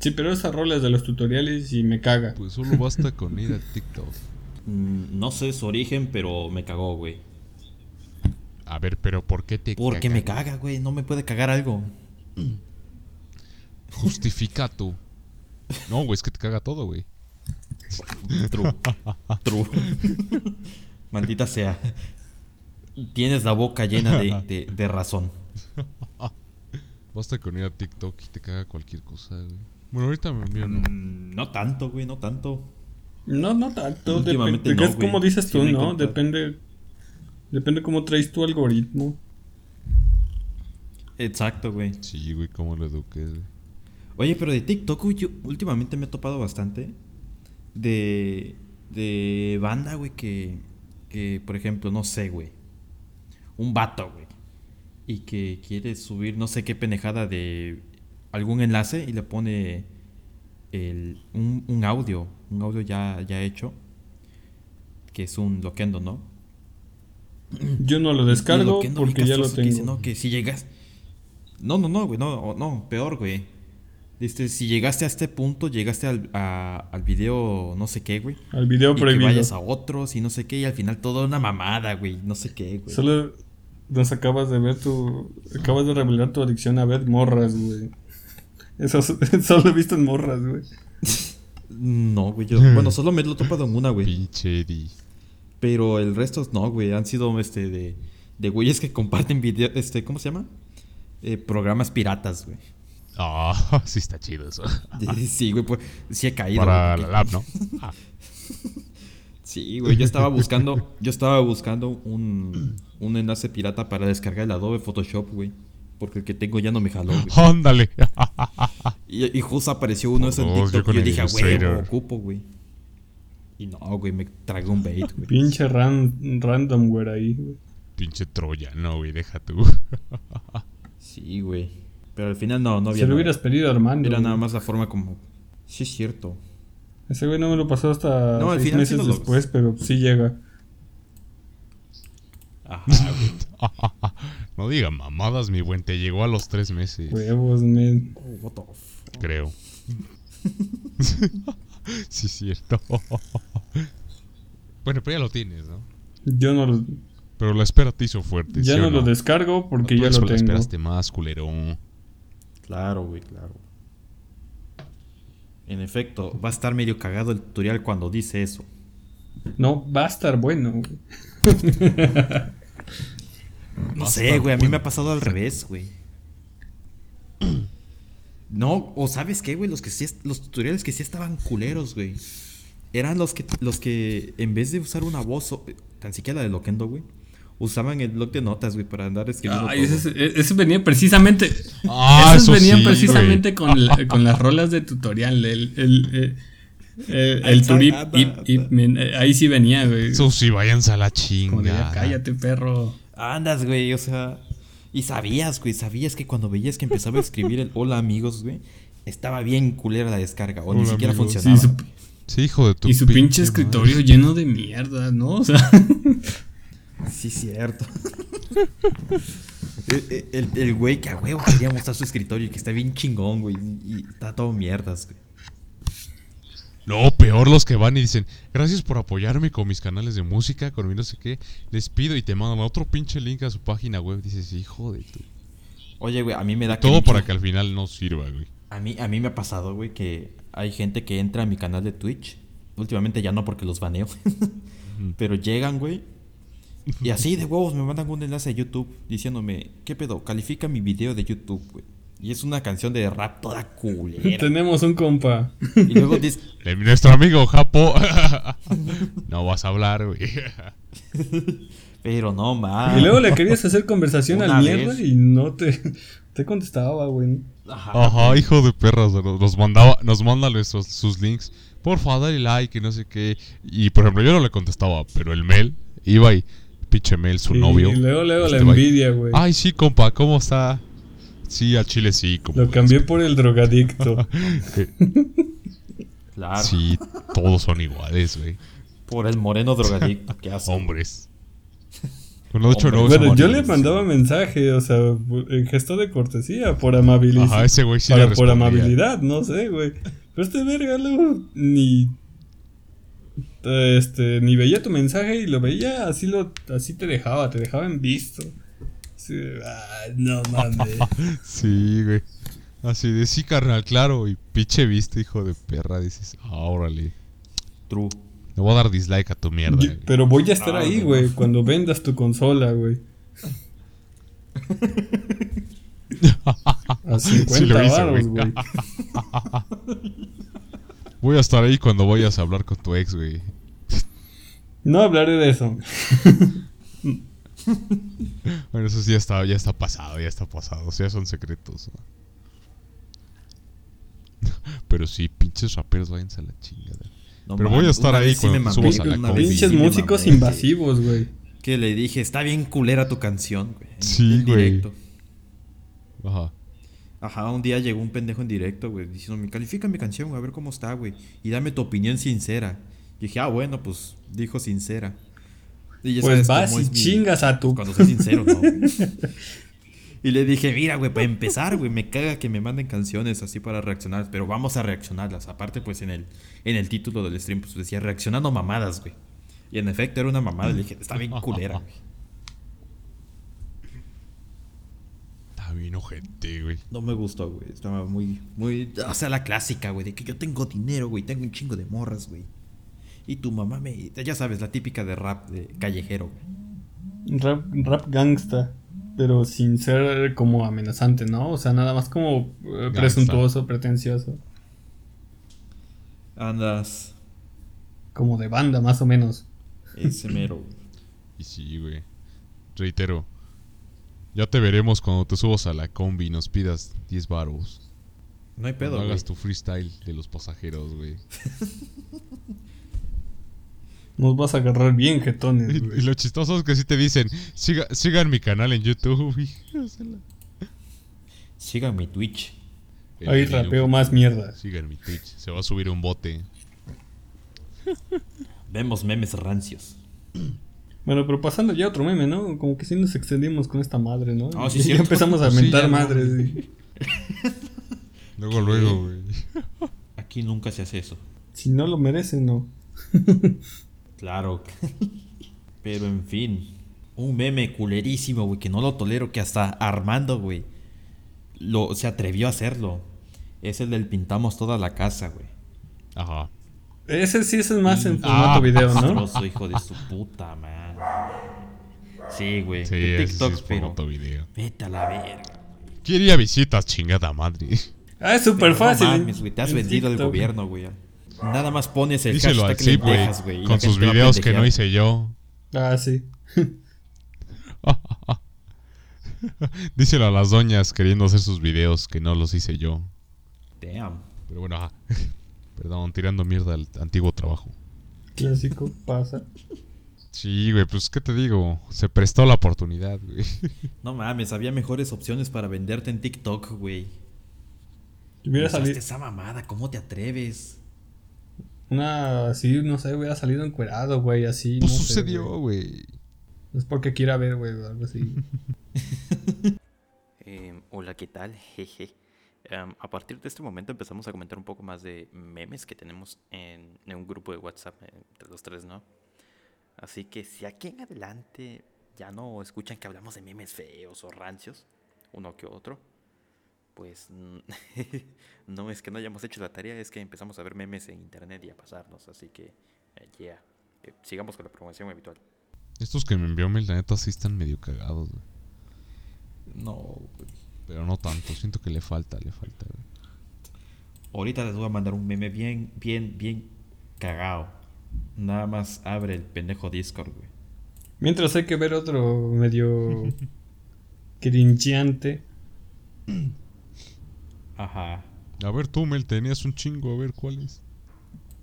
Speaker 4: Sí, pero esa rola es de los tutoriales y me caga.
Speaker 2: pues solo basta con ir a TikTok.
Speaker 3: Mm, No sé su origen, pero me cagó, güey.
Speaker 2: A ver, pero ¿por qué te
Speaker 3: Porque
Speaker 2: caga?
Speaker 3: me caga, güey. No me puede cagar algo.
Speaker 2: Justifica tú. No, güey, es que te caga todo, güey.
Speaker 3: True. True. Maldita sea. Tienes la boca llena de, de- de razón.
Speaker 2: Basta con ir a TikTok y te caga cualquier cosa, güey. Bueno, ahorita me envío, ¿no?
Speaker 3: Mm, No tanto, güey, no tanto.
Speaker 4: No, no tanto.
Speaker 3: Últimamente
Speaker 4: depende-
Speaker 3: no,
Speaker 4: es como
Speaker 3: güey.
Speaker 4: dices
Speaker 3: Sí
Speaker 4: tú,
Speaker 3: me he
Speaker 4: ¿no?
Speaker 3: encontrado.
Speaker 4: Depende. Depende cómo traes tu algoritmo.
Speaker 3: Exacto, güey.
Speaker 2: Sí, güey, cómo lo eduqué, güey.
Speaker 3: Oye, pero de TikTok, güey, yo últimamente me he topado bastante de, de banda, güey, que, que, por ejemplo, no sé, güey, un vato, güey, y que quiere subir no sé qué penejada de algún enlace y le pone el- un, un audio, un audio ya, ya hecho, que es un loquendo, ¿no?
Speaker 4: Yo no lo
Speaker 3: Mm. Y
Speaker 4: descargo
Speaker 3: Loquendo bien
Speaker 4: porque ya lo
Speaker 3: castroso, que dice,
Speaker 4: tengo.
Speaker 3: no, que si llegas... No, no, no, güey, no, o- no, peor, güey. Este, si llegaste a este punto, llegaste al, a- al video no sé qué, güey.
Speaker 4: Al video
Speaker 3: Y que
Speaker 4: prohibido.
Speaker 3: vayas a otros y no sé qué, y al final todo una mamada, güey, no sé qué, güey.
Speaker 4: Solo nos acabas de ver tu. Acabas de revelar tu adicción a ver morras, güey. Eso s- solo he visto en morras, güey.
Speaker 3: No, güey, yo, bueno, solo me lo he topado en una, güey.
Speaker 2: Pinche Eddie.
Speaker 3: Pero el resto no, güey. Han sido este de, de güeyes que comparten video, este, ¿cómo se llama? Eh, programas piratas, güey.
Speaker 2: Ah, sí está chido eso.
Speaker 3: Sí, güey, pues sí he caído.
Speaker 2: Para
Speaker 3: güey,
Speaker 2: la lab,
Speaker 3: porque-
Speaker 2: ¿no? Ah,
Speaker 3: Sí, güey, yo estaba buscando, yo estaba buscando un, un enlace pirata para descargar el Adobe Photoshop, güey. Porque el que tengo ya no me jaló, güey.
Speaker 2: Ándale.
Speaker 3: Y, y justo apareció uno de esos en
Speaker 4: Oh,
Speaker 2: Por dos, yo
Speaker 3: TikTok
Speaker 2: con
Speaker 3: y yo
Speaker 2: el
Speaker 3: dije, "A güey, lo
Speaker 2: Illustrator".
Speaker 3: ocupo, güey. Y no, güey, me tragué un bait, güey.
Speaker 4: Pinche ran, randomware ahí, güey.
Speaker 2: Pinche Troya, no, güey, deja tú.
Speaker 3: Sí, güey. Pero al final no, no había
Speaker 4: Se lo
Speaker 3: nada.
Speaker 4: hubieras pedido a Armando.
Speaker 3: Era
Speaker 4: güey.
Speaker 3: nada más la forma como... Sí, es cierto.
Speaker 4: Ese güey no me lo pasó hasta
Speaker 3: No, al
Speaker 4: seis
Speaker 3: final sí
Speaker 4: meses
Speaker 3: nos lo-
Speaker 4: después, pero sí llega.
Speaker 3: Ajá, güey.
Speaker 2: No diga mamadas, mi buen. Te llegó a los tres meses,
Speaker 4: Huevos, men.
Speaker 3: Oh, what the f-
Speaker 2: creo. sí, es cierto. bueno, pero ya lo tienes, ¿no?
Speaker 4: Yo no lo,
Speaker 2: Pero la espera te hizo fuerte.
Speaker 4: ya
Speaker 2: ¿sí o
Speaker 4: no, lo
Speaker 2: no?
Speaker 4: descargo porque
Speaker 2: Tú
Speaker 4: ya lo
Speaker 2: espe- la
Speaker 4: tengo.
Speaker 2: esperaste más, culero.
Speaker 3: Claro, güey, claro. En efecto, va a estar medio cagado el tutorial cuando dice eso.
Speaker 4: No, va a estar bueno, güey.
Speaker 3: No
Speaker 2: Va a
Speaker 3: sé,
Speaker 2: estar
Speaker 3: güey, a mí
Speaker 2: bueno.
Speaker 3: me ha pasado al revés, güey. No, o sabes qué, güey, los que sí es- los tutoriales que sí estaban culeros, güey. Eran los que los que en vez de usar una voz o- tan siquiera la de Loquendo, güey, usaban el bloc de notas, güey, para andar escribiendo
Speaker 4: Ay,
Speaker 3: todo.
Speaker 4: Ah, ese, es- ese venía precisamente.
Speaker 2: Ah,
Speaker 4: esos
Speaker 2: eso
Speaker 4: venían
Speaker 2: sí,
Speaker 4: precisamente
Speaker 2: güey.
Speaker 4: con, la- con las rolas de tutorial. El, el, el, el,
Speaker 3: Ay,
Speaker 4: el turip,
Speaker 3: anda,
Speaker 4: ip, ip, men, eh, ahí sí venía, güey.
Speaker 2: Eso sí, váyanse a la chinga.
Speaker 4: Como de ya cállate, perro.
Speaker 3: Andas, güey, o sea. Y sabías, güey, sabías que cuando veías que empezaba a escribir el hola amigos, güey, estaba bien culera la descarga, o ni
Speaker 2: Hola,
Speaker 3: siquiera
Speaker 2: amigos.
Speaker 4: Sí,
Speaker 3: funcionaba.
Speaker 4: su,
Speaker 2: Sí, hijo de tu
Speaker 4: y su
Speaker 2: madre.
Speaker 4: pinche escritorio lleno de mierda, ¿no? O sea,
Speaker 3: Sí, cierto. El- el el güey que a huevo quería mostrar su escritorio y que está bien chingón, güey. Y está todo mierdas, güey.
Speaker 2: No, peor los que van y dicen, gracias por apoyarme con mis canales de música, con mi no sé qué, les pido y te mandan otro pinche link a su página web. Dices, hijo de tu...
Speaker 3: Oye, güey, a mí me da
Speaker 2: Todo
Speaker 3: cringe.
Speaker 2: para que al final no sirva, güey.
Speaker 3: A mí, a mí me ha pasado, güey, que hay gente que entra a mi canal de Twitch. Últimamente ya no porque los baneo. Pero llegan, güey. Y así de huevos me mandan un enlace a YouTube diciéndome, ¿qué pedo? Califica mi video de YouTube, güey. Y es una canción de rap toda culera.
Speaker 4: tenemos un compa.
Speaker 3: y luego dice,
Speaker 2: De nuestro amigo Japo. no vas a hablar, güey.
Speaker 3: pero no
Speaker 2: Ah.
Speaker 3: mames.
Speaker 4: Y luego le querías hacer conversación
Speaker 3: Una
Speaker 4: al mierda
Speaker 3: vez.
Speaker 4: y no te, te contestaba, güey.
Speaker 3: Ajá.
Speaker 2: Ajá, hijo de perras. Nos, nos mandaba, nos manda nuestros- sus links. Porfa, dale like y no sé qué. Y por ejemplo, yo no le contestaba, pero el Mel iba y pinche Mel, su
Speaker 4: Y-
Speaker 2: novio.
Speaker 4: Y luego, luego la
Speaker 2: este, va y-
Speaker 4: envidia, güey.
Speaker 2: Ay, sí, compa, ¿cómo está? Sí, al chile sí, compa.
Speaker 4: Lo cambié por el drogadicto.
Speaker 3: Claro.
Speaker 2: Sí, todos son iguales, güey.
Speaker 3: Por el moreno drogadicto que hace.
Speaker 2: Hombres. Con los ocho
Speaker 3: Hombres.
Speaker 2: novios
Speaker 4: Bueno, yo le
Speaker 2: amarillos.
Speaker 4: mandaba mensaje, o sea, en gesto de cortesía, por amabilidad.
Speaker 2: Ajá, ese güey sí le
Speaker 4: para, por
Speaker 2: respondía.
Speaker 4: amabilidad, no sé, güey. Pero este verga luego ni este ni veía tu mensaje y lo veía, así lo así te dejaba, te dejaba en visto. Sí, ah, no mames.
Speaker 2: Sí, güey. Así de sí, carnal, claro. Y pinche viste, hijo de perra. Dices, ah, órale.
Speaker 3: True.
Speaker 2: Le voy a dar dislike a tu mierda.
Speaker 4: Yo-
Speaker 2: güey.
Speaker 4: pero voy a estar
Speaker 3: Ah,
Speaker 4: ahí,
Speaker 3: no.
Speaker 4: güey, cuando vendas tu consola, güey. A 50
Speaker 2: Sí lo hizo,
Speaker 4: varos,
Speaker 2: güey.
Speaker 4: güey.
Speaker 2: Voy a estar ahí cuando vayas a hablar con tu ex, güey.
Speaker 4: No hablaré de eso.
Speaker 2: Bueno, eso sí ya está, ya está pasado, ya está pasado. O sea, son secretos. ¿no? Pero sí, pinches raperos, váyanse a la chingada.
Speaker 3: No
Speaker 2: Pero voy a estar
Speaker 3: una
Speaker 2: ahí
Speaker 3: vez sí
Speaker 2: cuando
Speaker 3: me
Speaker 2: subas
Speaker 3: mamé,
Speaker 2: a la
Speaker 3: una
Speaker 2: combi.
Speaker 3: vez sí
Speaker 4: Pinches
Speaker 3: me
Speaker 4: músicos
Speaker 3: mamé,
Speaker 4: invasivos, güey.
Speaker 3: Que, que le dije, está bien culera tu canción, güey. en-
Speaker 2: Sí,
Speaker 3: en
Speaker 2: güey.
Speaker 3: directo.
Speaker 2: Ajá.
Speaker 3: Ajá, un día llegó un pendejo en directo, güey, diciendo, me califica mi canción, güey, a ver cómo está, güey. Y dame tu opinión sincera. Y dije, ah, bueno, pues dijo sincera. Y ya
Speaker 4: Pues
Speaker 3: sabes
Speaker 4: vas
Speaker 3: cómo
Speaker 4: y
Speaker 3: es mi-
Speaker 4: chingas a tu.
Speaker 3: Cuando soy sincero, no. y le dije, mira, güey, para empezar, güey, me caga que me manden canciones así para reaccionar, pero vamos a reaccionarlas. Aparte, pues en el, en el título del stream, pues decía, reaccionando mamadas, güey. Y en efecto era una mamada, le dije, está bien culera, güey.
Speaker 2: Está bien ojete, güey.
Speaker 3: No me gustó, güey. Estaba muy, muy. O sea, la clásica, güey, de que yo tengo dinero, güey, tengo un chingo de morras, güey. Y tu mamá me. Ya sabes, la típica de rap de callejero, güey.
Speaker 4: Rap, rap gangsta. Pero sin ser como amenazante, ¿no? O sea, nada más como eh,
Speaker 2: Gangsta.
Speaker 4: presuntuoso, pretencioso.
Speaker 3: Andas.
Speaker 4: Como de banda, más o menos.
Speaker 3: Ese mero, güey.
Speaker 2: Y sí, güey. Reitero. Ya te veremos cuando te subas a la combi y nos pidas 10 baros.
Speaker 3: No hay
Speaker 2: Pero
Speaker 3: pedo,
Speaker 2: no
Speaker 3: güey.
Speaker 2: hagas tu freestyle de los pasajeros, güey.
Speaker 4: Nos vas a agarrar bien, jetones,
Speaker 2: Y, y
Speaker 4: güey.
Speaker 2: lo chistoso es que sí te dicen, "Siga- sigan mi canal en YouTube, güey. O sea, la-
Speaker 3: Siga mi Twitch.
Speaker 2: el
Speaker 4: Ahí
Speaker 2: video.
Speaker 4: rapeo más mierda.
Speaker 2: Sigan mi Twitch. Se va a subir un bote.
Speaker 3: Vemos memes rancios.
Speaker 4: Bueno, pero pasando ya a otro meme, ¿no? Como que sí nos extendimos con esta madre, ¿no?
Speaker 3: Ah, sí,
Speaker 4: ya
Speaker 3: cierto.
Speaker 4: empezamos a
Speaker 2: Sí,
Speaker 4: mentar
Speaker 2: ya no.
Speaker 4: madres. güey.
Speaker 2: Luego, luego, güey.
Speaker 3: Aquí nunca se hace eso.
Speaker 4: Si no lo merecen, no.
Speaker 3: Claro. Pero en fin. Un meme culerísimo, güey, que no lo tolero, que hasta Armando, güey, lo, se atrevió a hacerlo. Es el del pintamos toda la casa, güey.
Speaker 2: Ajá.
Speaker 4: Ese sí ese es más
Speaker 3: Mm.
Speaker 4: en
Speaker 2: Ah,
Speaker 4: formato video, ¿no?
Speaker 3: Castroso, hijo de su puta, man. Sí, güey.
Speaker 2: Sí,
Speaker 3: de
Speaker 2: ese sí
Speaker 3: TikTok,
Speaker 2: es por
Speaker 3: pero.
Speaker 2: otro video.
Speaker 3: Vete a la verga.
Speaker 2: Quería visitas, chingada madre.
Speaker 4: Ah, es súper
Speaker 3: Pero
Speaker 4: fácil.
Speaker 3: No
Speaker 4: en-
Speaker 3: mames, güey. Te has
Speaker 4: en
Speaker 3: vendido al
Speaker 4: TikTok.
Speaker 3: gobierno, güey. Nada más pones el
Speaker 2: Díselo al
Speaker 3: hashtag
Speaker 2: Zip, güey.
Speaker 3: lentejas, güey. y la
Speaker 2: Con sus
Speaker 3: gente va a
Speaker 2: videos que no
Speaker 3: pendejear.
Speaker 2: hice yo.
Speaker 4: Ah, sí.
Speaker 2: Díselo a las doñas queriendo hacer sus videos que no los hice yo.
Speaker 3: Damn.
Speaker 2: Pero bueno, ajá. Perdón, tirando mierda al antiguo trabajo.
Speaker 4: Clásico, pasa.
Speaker 2: Sí, güey, pues qué te digo, se prestó la oportunidad, güey.
Speaker 3: No mames, había mejores opciones para venderte en TikTok, güey.
Speaker 4: Hubiera
Speaker 3: Usaste
Speaker 4: salido
Speaker 3: esa mamada, ¿cómo te atreves?
Speaker 4: una así, no sé, hubiera salido encuerado, güey, así.
Speaker 2: Pues
Speaker 4: no sé,
Speaker 2: sucedió,
Speaker 4: güey.
Speaker 2: güey.
Speaker 4: No es porque quiera ver, güey, o algo así.
Speaker 5: Em, hola, ¿qué tal? Jeje. Em, a partir de este momento empezamos a comentar un poco más de memes que tenemos en, en un grupo de WhatsApp eh, entre los tres, ¿no? Así que si aquí en adelante ya no escuchan que hablamos de memes feos o rancios, uno que otro, pues mm, no es que no hayamos hecho la tarea, es que empezamos a ver memes en internet y a pasarnos. Así que, eh, yeah, Eh, sigamos con la promoción habitual.
Speaker 2: Estos que me envió Mel, la neta, sí están medio cagados, güey.
Speaker 3: No, güey.
Speaker 2: Pero no tanto, siento que le falta, le falta, güey.
Speaker 3: Ahorita les voy a mandar un meme bien, bien, bien cagado. Nada más abre el pendejo Discord, güey.
Speaker 4: Mientras hay que ver otro medio cringeante.
Speaker 3: Ajá.
Speaker 2: A ver tú, Mel, tenías un chingo, a ver cuál es.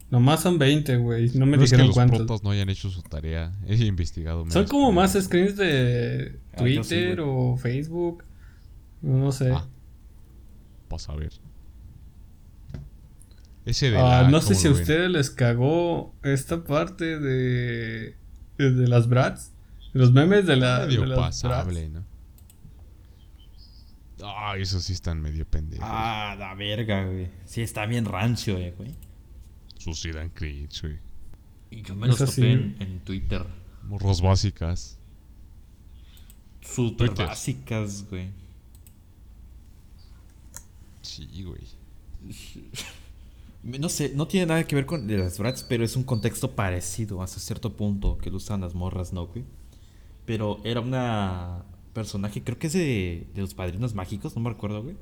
Speaker 4: Nomás son 20, güey. No me
Speaker 2: no es que
Speaker 4: dijeron
Speaker 2: los
Speaker 4: cuántos.
Speaker 2: protas no hayan hecho su tarea, he investigado.
Speaker 4: Son
Speaker 2: menos,
Speaker 4: como
Speaker 2: pero-
Speaker 4: más eh, screens de
Speaker 3: Ah, yo sí,
Speaker 4: Twitter o Facebook. No sé.
Speaker 2: Ah, Vas a ver. Ese de
Speaker 4: Ah,
Speaker 2: la-
Speaker 4: no sé
Speaker 2: ¿cómo
Speaker 4: si a
Speaker 2: lo ven?
Speaker 4: ustedes les cagó esta parte de, de las brats. Los memes de, la, de
Speaker 2: Medio
Speaker 4: las brats.
Speaker 2: pasable, ¿no? Ah, esos sí están medio pendejos.
Speaker 3: Ah, la verga, güey. Sí, está bien rancio, eh, güey.
Speaker 2: Sus sí dan cringe, güey.
Speaker 3: Y yo me
Speaker 4: los
Speaker 3: los
Speaker 4: Eso sí.
Speaker 3: topé en,
Speaker 4: topé en-
Speaker 3: Twitter.
Speaker 2: Morros básicas.
Speaker 3: Super
Speaker 2: Twitter.
Speaker 3: básicas, güey.
Speaker 2: Sí, güey.
Speaker 3: No sé, no tiene nada que ver con de las brats, pero es un contexto parecido hasta cierto punto que lo usan las morras, ¿no, güey? Pero era una personaje, creo que es de, de los padrinos mágicos, no me acuerdo, güey.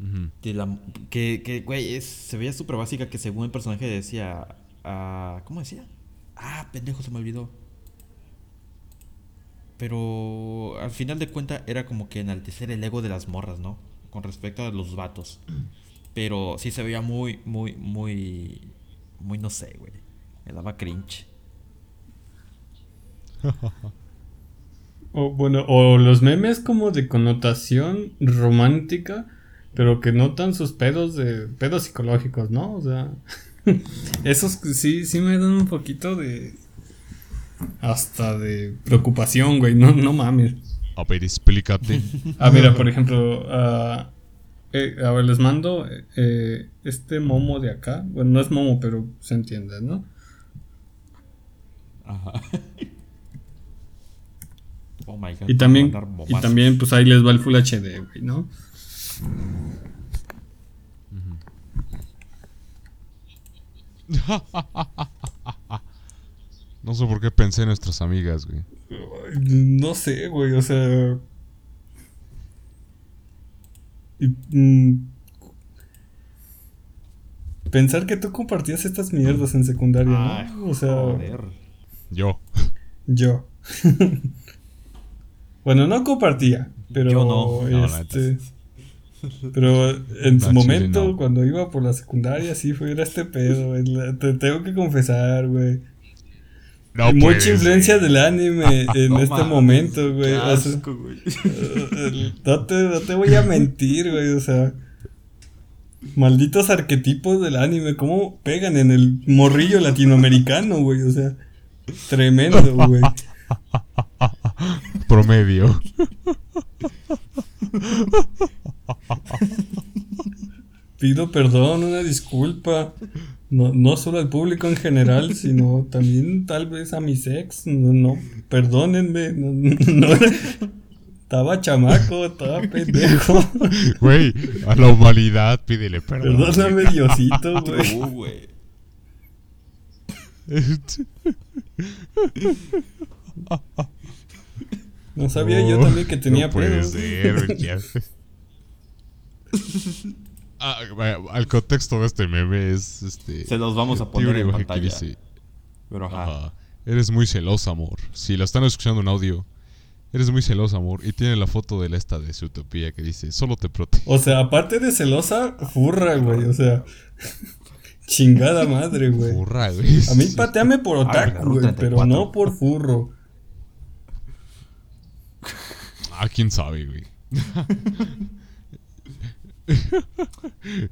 Speaker 2: Ujú.
Speaker 3: De la, que, que, güey, es- se veía súper básica que según el personaje decía... ah, ¿Cómo decía? Ah, pendejo, se me olvidó. Pero al final de cuentas era como que enaltecer el ego de las morras, ¿no? Con respecto a los vatos. Pero sí se veía muy, muy, muy... Muy no sé, güey. Me daba cringe.
Speaker 4: O, bueno, o los memes como de connotación romántica, pero que notan sus pedos de pedos psicológicos, ¿no? O sea, esos sí, sí me dan un poquito de... Hasta de preocupación, güey, no, no mames.
Speaker 2: A ver, explícate.
Speaker 4: Ah, mira, por ejemplo, ah, eh, a ver, les mando eh, este momo de acá. Bueno, no es momo, pero se entiende, ¿no?
Speaker 3: Ajá. Oh my god.
Speaker 4: Y también,
Speaker 3: te van a dar
Speaker 4: y
Speaker 3: bombazos.
Speaker 4: también pues ahí les va el Full HD, güey, ¿no?
Speaker 2: No sé por qué pensé en nuestras amigas, güey.
Speaker 4: No sé, güey, o sea... y, mm, Pensar que tú compartías estas mierdas en secundaria, ¿no?
Speaker 3: Ay,
Speaker 4: o sea,
Speaker 3: Joder.
Speaker 2: Yo.
Speaker 4: yo. bueno, no compartía, pero...
Speaker 3: Yo no.
Speaker 2: No, la
Speaker 4: este, Pero en su
Speaker 2: No, chile,
Speaker 4: momento,
Speaker 2: no.
Speaker 4: cuando iba por la secundaria, sí, fue, era este pedo, güey, la- Te tengo que confesar, güey.
Speaker 2: No,
Speaker 4: Y
Speaker 2: pues,
Speaker 4: mucha influencia
Speaker 2: güey.
Speaker 4: del anime en
Speaker 3: No
Speaker 4: este
Speaker 3: mames,
Speaker 4: momento, güey.
Speaker 3: qué
Speaker 4: O sea,
Speaker 3: asco, güey.
Speaker 4: no, te, no te voy a mentir, güey. O sea, malditos arquetipos del anime, ¿cómo pegan en el morrillo latinoamericano, güey? O sea, tremendo, güey.
Speaker 2: Promedio.
Speaker 4: Pido perdón, una disculpa. No, no solo al público en general, sino también tal vez a mis ex. No, no, perdónenme. No, no era- Estaba chamaco, estaba pendejo.
Speaker 2: Güey, a la humanidad pídele perdón.
Speaker 4: Perdóname, Diosito, güey.
Speaker 3: Uh, güey.
Speaker 4: No sabía yo también que tenía
Speaker 2: no puede
Speaker 4: pedos.
Speaker 2: ser, güey, ya. Ah, vaya, al contexto de este meme es este.
Speaker 3: Se los vamos a
Speaker 2: Tiene
Speaker 3: poner
Speaker 2: una
Speaker 3: en
Speaker 2: imagen que
Speaker 3: pantalla.
Speaker 2: dice,
Speaker 3: Pero ajá.
Speaker 2: ajá, Eres muy celosa, amor. Si la están escuchando en audio, eres muy celosa, amor. Y tiene la foto de la esta de su utopía que dice, solo te protege.
Speaker 4: O sea, aparte de celosa, furra, güey. O sea, chingada madre, güey.
Speaker 2: Burra, güey.
Speaker 4: A mí pateame por
Speaker 3: la
Speaker 4: otaku,
Speaker 3: Ruta
Speaker 4: güey, pero
Speaker 3: 34.
Speaker 4: no por furro.
Speaker 2: Ah, quién sabe, güey.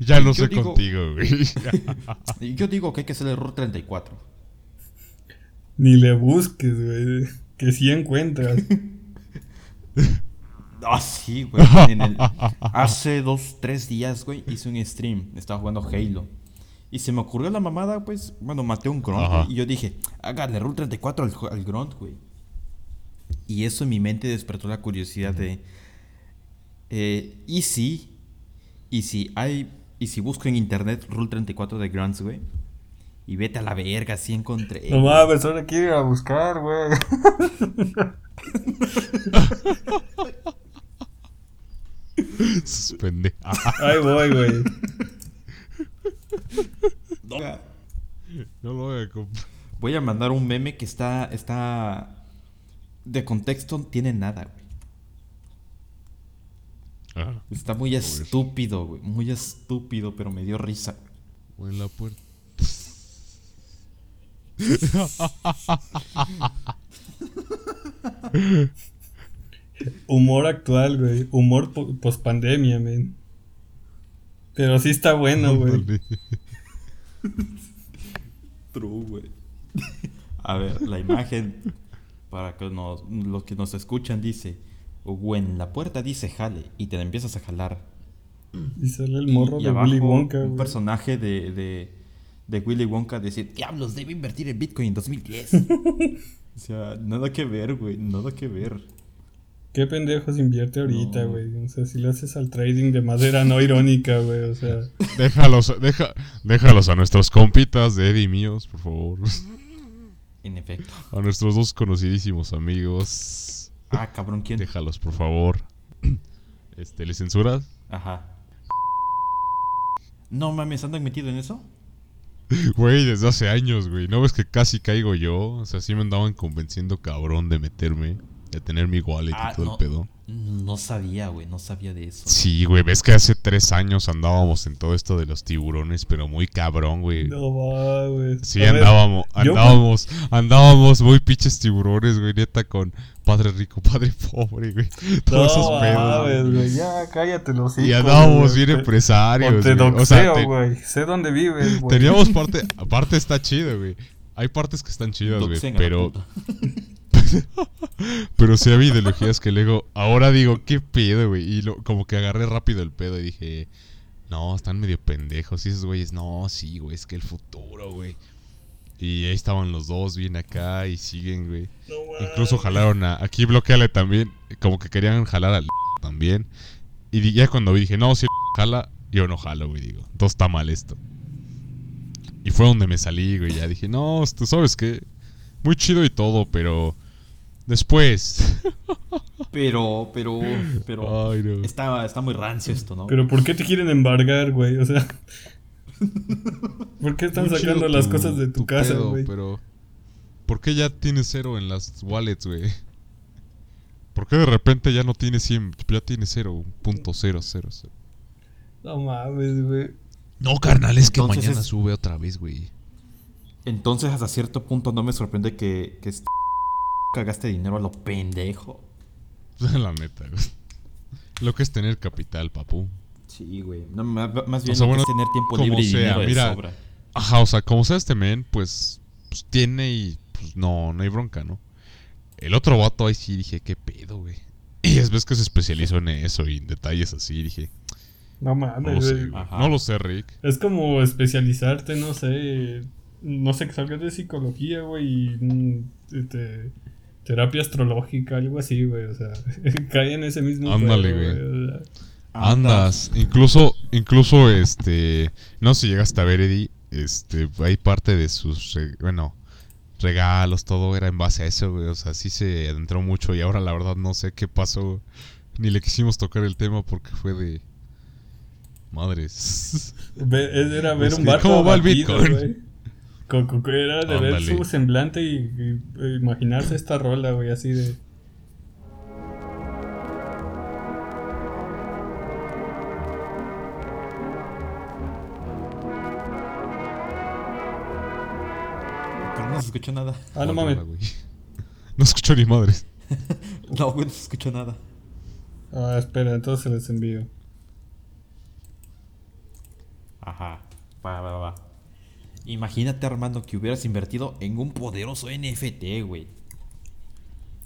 Speaker 2: ya no
Speaker 3: Yo
Speaker 2: sé
Speaker 3: digo-
Speaker 2: contigo, güey.
Speaker 3: Y Yo digo que hay que hacer el error 34.
Speaker 4: Ni le busques, güey. Que sí encuentras.
Speaker 3: Ah, sí, güey. En el- hace dos, tres días, güey, hice un stream. Estaba jugando Halo. Y se me ocurrió la mamada, pues, bueno, maté un grunt.
Speaker 2: Ajá.
Speaker 3: güey, Y yo dije, hágale rule 34 al, ju- al grunt, güey. Y eso en mi mente despertó la curiosidad de... eh, ¿Y si? ¿Y si hay... Y si busco en internet rule 34 de grunts, güey? Y vete a la verga, sí encontré.
Speaker 4: No mames, ahora quiero ir a buscar, güey.
Speaker 2: Suspende.
Speaker 4: Ahí voy, güey.
Speaker 3: No.
Speaker 2: no lo voy a comprar.
Speaker 3: Voy a mandar un meme que está. está. De contexto tiene nada, güey.
Speaker 2: Ah,
Speaker 3: Está muy estúpido, güey. Muy estúpido, pero me dio risa.
Speaker 2: o en la puerta.
Speaker 4: Humor actual, güey. Humor po- pospandemia, men. Pero sí está bueno, güey.
Speaker 3: True, güey. A ver, la imagen. Para que nos, los que nos escuchan dice. O en la puerta dice jale. Y te la empiezas a jalar.
Speaker 4: Y sale el morro
Speaker 3: y
Speaker 4: de
Speaker 3: abajo,
Speaker 4: Willy Wonka,
Speaker 3: un
Speaker 4: güey.
Speaker 3: personaje de, de, de Willy Wonka decir, diablos, debe invertir en Bitcoin en 2010. o sea, nada que ver, güey, nada que ver.
Speaker 4: ¿Qué pendejos invierte ahorita,
Speaker 3: No.
Speaker 4: güey? O sea, si le haces al trading de madera no irónica, güey. O sea,
Speaker 2: Déjalos, deja, déjalos a nuestros compitas de Eddie míos, por favor.
Speaker 3: En efecto.
Speaker 2: A nuestros dos conocidísimos amigos.
Speaker 3: Ah, cabrón, ¿quién?
Speaker 2: Déjalos, por favor. Este, ¿le censuras?
Speaker 3: Ajá. No mames, ¿andan metido en eso?
Speaker 2: Güey, desde hace años, güey. ¿No ves que casi caigo yo? O sea, sí me andaban convenciendo cabrón de meterme. de tener mi wallet
Speaker 3: Ah,
Speaker 2: y todo
Speaker 3: no.
Speaker 2: el pedo.
Speaker 3: No sabía, güey, no sabía de eso.
Speaker 2: Sí, güey, ves que hace tres años andábamos en todo esto de los tiburones, pero muy cabrón, güey.
Speaker 4: No va, güey.
Speaker 2: Sí,
Speaker 4: A ver,
Speaker 2: andábamos,
Speaker 4: yo-
Speaker 2: andábamos, andábamos muy pinches tiburones, güey, neta, con padre rico, padre pobre, güey.
Speaker 4: No,
Speaker 2: Todos esos pedos. güey.
Speaker 4: mames, güey. Ya, cállate los
Speaker 2: Y andábamos bien empresarios,
Speaker 4: Te
Speaker 2: güey. O sea,
Speaker 4: doxeo,
Speaker 2: te-
Speaker 4: güey. Sé dónde vives, güey.
Speaker 2: teníamos parte, aparte está chido, güey. Hay partes que están chidas, güey,
Speaker 3: Doxen a la
Speaker 2: pero,
Speaker 3: puta.
Speaker 2: pero sí había ideologías que luego, ahora digo, qué pedo, güey. Y lo- como que agarré rápido el pedo y dije, no, están medio pendejos. Y esos güeyes, no, sí, güey, es que el futuro, güey. Y ahí estaban los dos bien acá y siguen, güey. Incluso jalaron a. Aquí bloqueale también. Como que querían jalar al también. Y di- ya cuando vi, dije, no, si el jala, yo no jalo, güey. Digo, entonces está mal esto. Y fue donde me salí, güey. Ya dije, no, tú sabes que. Muy chido y todo, pero. Después.
Speaker 3: Pero, pero, pero.
Speaker 2: Ay, no.
Speaker 3: Está, está muy rancio esto, ¿no?
Speaker 4: Pero ¿por qué te quieren embargar, güey? O sea, ¿por qué están
Speaker 2: Muy chido
Speaker 4: sacando las cosas de tu, casa,
Speaker 2: pedo,
Speaker 4: güey?
Speaker 2: Pero. ¿Por qué ya tienes cero en las wallets, güey? ¿Por qué de repente ya no tienes 100? Ya tienes cero, punto cero, cero, cero.
Speaker 4: No mames, güey.
Speaker 2: No, carnal, es que
Speaker 3: Entonces
Speaker 2: mañana
Speaker 3: es-
Speaker 2: sube otra vez, güey.
Speaker 3: Entonces, hasta cierto punto, no me sorprende que, que est- cagaste dinero a lo pendejo.
Speaker 2: La neta, güey. Lo que es tener capital, papu.
Speaker 3: Sí, güey. No, ma- ma- más bien
Speaker 2: sea,
Speaker 3: lo
Speaker 2: bueno,
Speaker 3: que es tener tiempo
Speaker 2: como
Speaker 3: libre y
Speaker 2: sea,
Speaker 3: dinero de
Speaker 2: mira,
Speaker 3: sobra.
Speaker 2: Ajá, o sea, como sea este men, pues, pues, tiene y pues no, no hay bronca, ¿no? El otro vato ahí sí dije, qué pedo, güey. Y es ves que se especializó en eso y en detalles así, dije,
Speaker 4: No
Speaker 2: no lo
Speaker 4: mames,
Speaker 2: sé,
Speaker 4: güey.
Speaker 2: güey.
Speaker 3: Ajá.
Speaker 2: No lo sé, Rick.
Speaker 4: Es como especializarte, no sé, no sé, que salgas de psicología, güey, y mm, este, terapia astrológica, algo así, güey, o sea, cae en ese mismo
Speaker 2: Ándale,
Speaker 4: juego,
Speaker 2: güey.
Speaker 4: o sea.
Speaker 2: Andas. Incluso, incluso, este. No sé si llegaste a ver, Eddie. Este, hay parte de sus. eh, Bueno, regalos, todo era en base a eso, güey. O sea, sí se adentró mucho. Y ahora, la verdad, no sé qué pasó. Ni le quisimos tocar el tema porque fue de. Madres.
Speaker 4: Ve- es- era ver
Speaker 2: Es
Speaker 4: un
Speaker 2: que,
Speaker 4: barco
Speaker 2: ¿cómo va el
Speaker 4: abatido,
Speaker 2: Bitcoin?
Speaker 4: güey. Co- co- co- Era de ver
Speaker 2: Ándale.
Speaker 4: su semblante y, y- e imaginarse esta rola, güey, así de...
Speaker 3: Pero no se escuchó nada.
Speaker 4: Ah,
Speaker 2: Hola,
Speaker 4: no mames.
Speaker 2: güey. No escucho ni madres.
Speaker 3: No, güey, no se escuchó nada.
Speaker 4: Ah, espera, entonces se les envío.
Speaker 3: Ajá. Va, va, va. Imagínate, Armando, que hubieras invertido en un poderoso NFT, güey.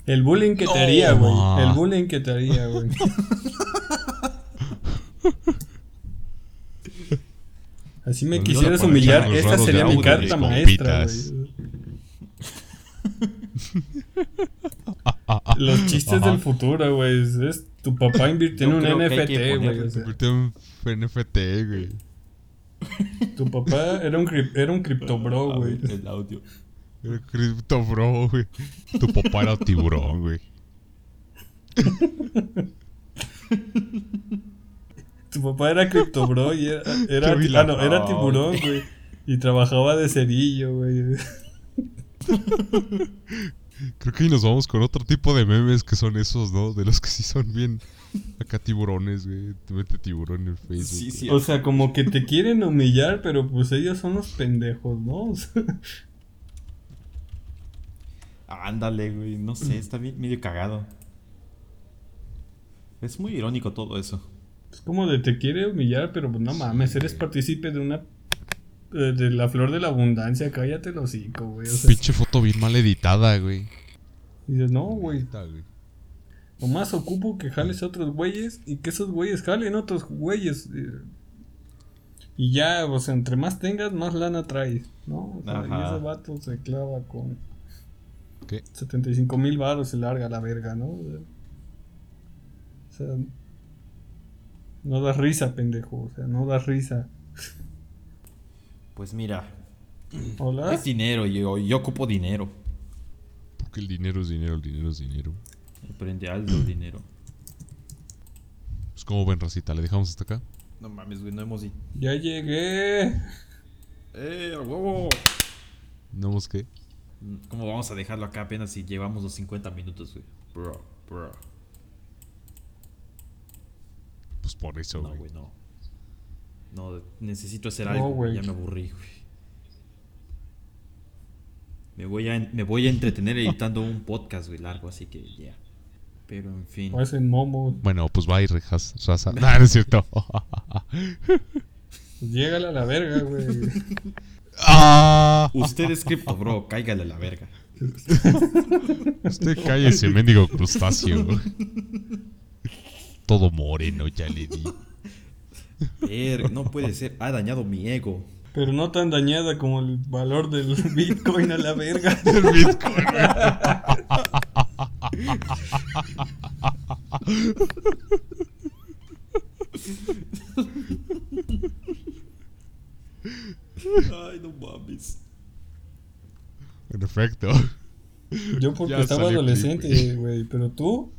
Speaker 4: El bullying que te haría, güey.
Speaker 2: No.
Speaker 4: El bullying que te haría, güey. Así me
Speaker 2: No,
Speaker 4: quisieras
Speaker 2: no,
Speaker 4: humillar,
Speaker 2: para
Speaker 4: esta
Speaker 2: echarnos
Speaker 4: sería
Speaker 2: raros
Speaker 4: mi
Speaker 2: de audio,
Speaker 4: carta
Speaker 2: mis
Speaker 4: maestra,
Speaker 2: compitas.
Speaker 4: güey.
Speaker 2: Ah, ah, ah.
Speaker 4: Los chistes
Speaker 2: Ajá.
Speaker 4: del futuro, güey. Es, es tu papá invirtiendo
Speaker 3: Yo
Speaker 4: en un
Speaker 3: creo que hay que
Speaker 4: NFT, güey.
Speaker 3: ponerle
Speaker 4: o sea,
Speaker 2: Convirtió en NFT, güey.
Speaker 4: tu papá era un, crip- era un cripto bro,
Speaker 2: Ah,
Speaker 3: A
Speaker 4: güey.
Speaker 3: ver, El audio.
Speaker 2: Era Crypto Bro, güey. Tu papá era tiburón, güey.
Speaker 4: Tu papá era cripto bro y era, era,
Speaker 2: Yo vi
Speaker 4: ti-
Speaker 2: la-
Speaker 4: ah, no, era
Speaker 3: no,
Speaker 4: tiburón, güey. Y trabajaba de cerillo, güey.
Speaker 2: Creo que ahí nos vamos con otro tipo de memes que son esos, ¿no? De los que sí son bien acá tiburones, güey. Te mete tiburón en Facebook.
Speaker 3: Sí, sí.
Speaker 4: O sea, como que te quieren humillar, pero pues ellos son los pendejos, ¿no? O sea,
Speaker 3: Ándale, güey. No sé, está bien, medio cagado. Es muy irónico todo eso.
Speaker 4: Es como de te quiere humillar, pero pues no mames, eres partícipe de una. eh, de la flor de la abundancia, cállate los hocico, güey. O sea,
Speaker 2: Pinche foto bien mal editada, güey.
Speaker 4: y dices, no, güey,
Speaker 2: Neta, güey.
Speaker 4: nomás ocupo que jales a otros güeyes y que esos güeyes jalen a otros güeyes. eh, Y ya, o sea, entre más tengas, más lana traes, ¿no? O sea, y
Speaker 3: Ajá.
Speaker 4: ese vato se clava con.
Speaker 2: ¿Qué?
Speaker 4: 75 mil baros se larga a la verga, ¿no? O sea, no das risa, pendejo, o sea, no das risa.
Speaker 3: Pues mira,
Speaker 4: Hola.
Speaker 3: es dinero, yo, yo ocupo dinero.
Speaker 2: Porque el dinero es dinero, el dinero es dinero.
Speaker 3: Prende algo dinero.
Speaker 2: Pues como ven, Racita, le dejamos hasta acá.
Speaker 3: No mames, güey, no hemos ido.
Speaker 4: Ya llegué.
Speaker 3: ¡Eh, a huevo!
Speaker 2: No hemos qué.
Speaker 3: ¿Cómo vamos a dejarlo acá apenas si llevamos los 50 minutos, güey? Bro, bro.
Speaker 2: Pues por eso,
Speaker 3: No,
Speaker 2: güey.
Speaker 3: güey, no. No, necesito hacer
Speaker 4: No,
Speaker 3: algo. güey,
Speaker 4: güey.
Speaker 3: Ya me aburrí, güey. Me voy a, me voy a entretener editando un podcast, güey, largo, así que ya. Pero en fin.
Speaker 4: Parecen momo.
Speaker 2: Bueno, pues va y rejas, raza. Ah, No, no es cierto.
Speaker 4: Pues Llégale a la verga, güey.
Speaker 2: ah,
Speaker 3: Usted es cripto, bro, cáigale a la verga.
Speaker 2: usted cállese, mendigo crustáceo. güey. Todo moreno, ya le di.
Speaker 3: Verga, Er, no puede ser, ha dañado mi ego.
Speaker 4: Pero no tan dañada como el valor del Bitcoin a la verga.
Speaker 2: El Bitcoin, güey.
Speaker 3: Ay, no mames.
Speaker 2: En efecto.
Speaker 4: Yo porque
Speaker 2: Ya
Speaker 4: estaba
Speaker 2: salió clip,
Speaker 4: adolescente, güey. Pero tú,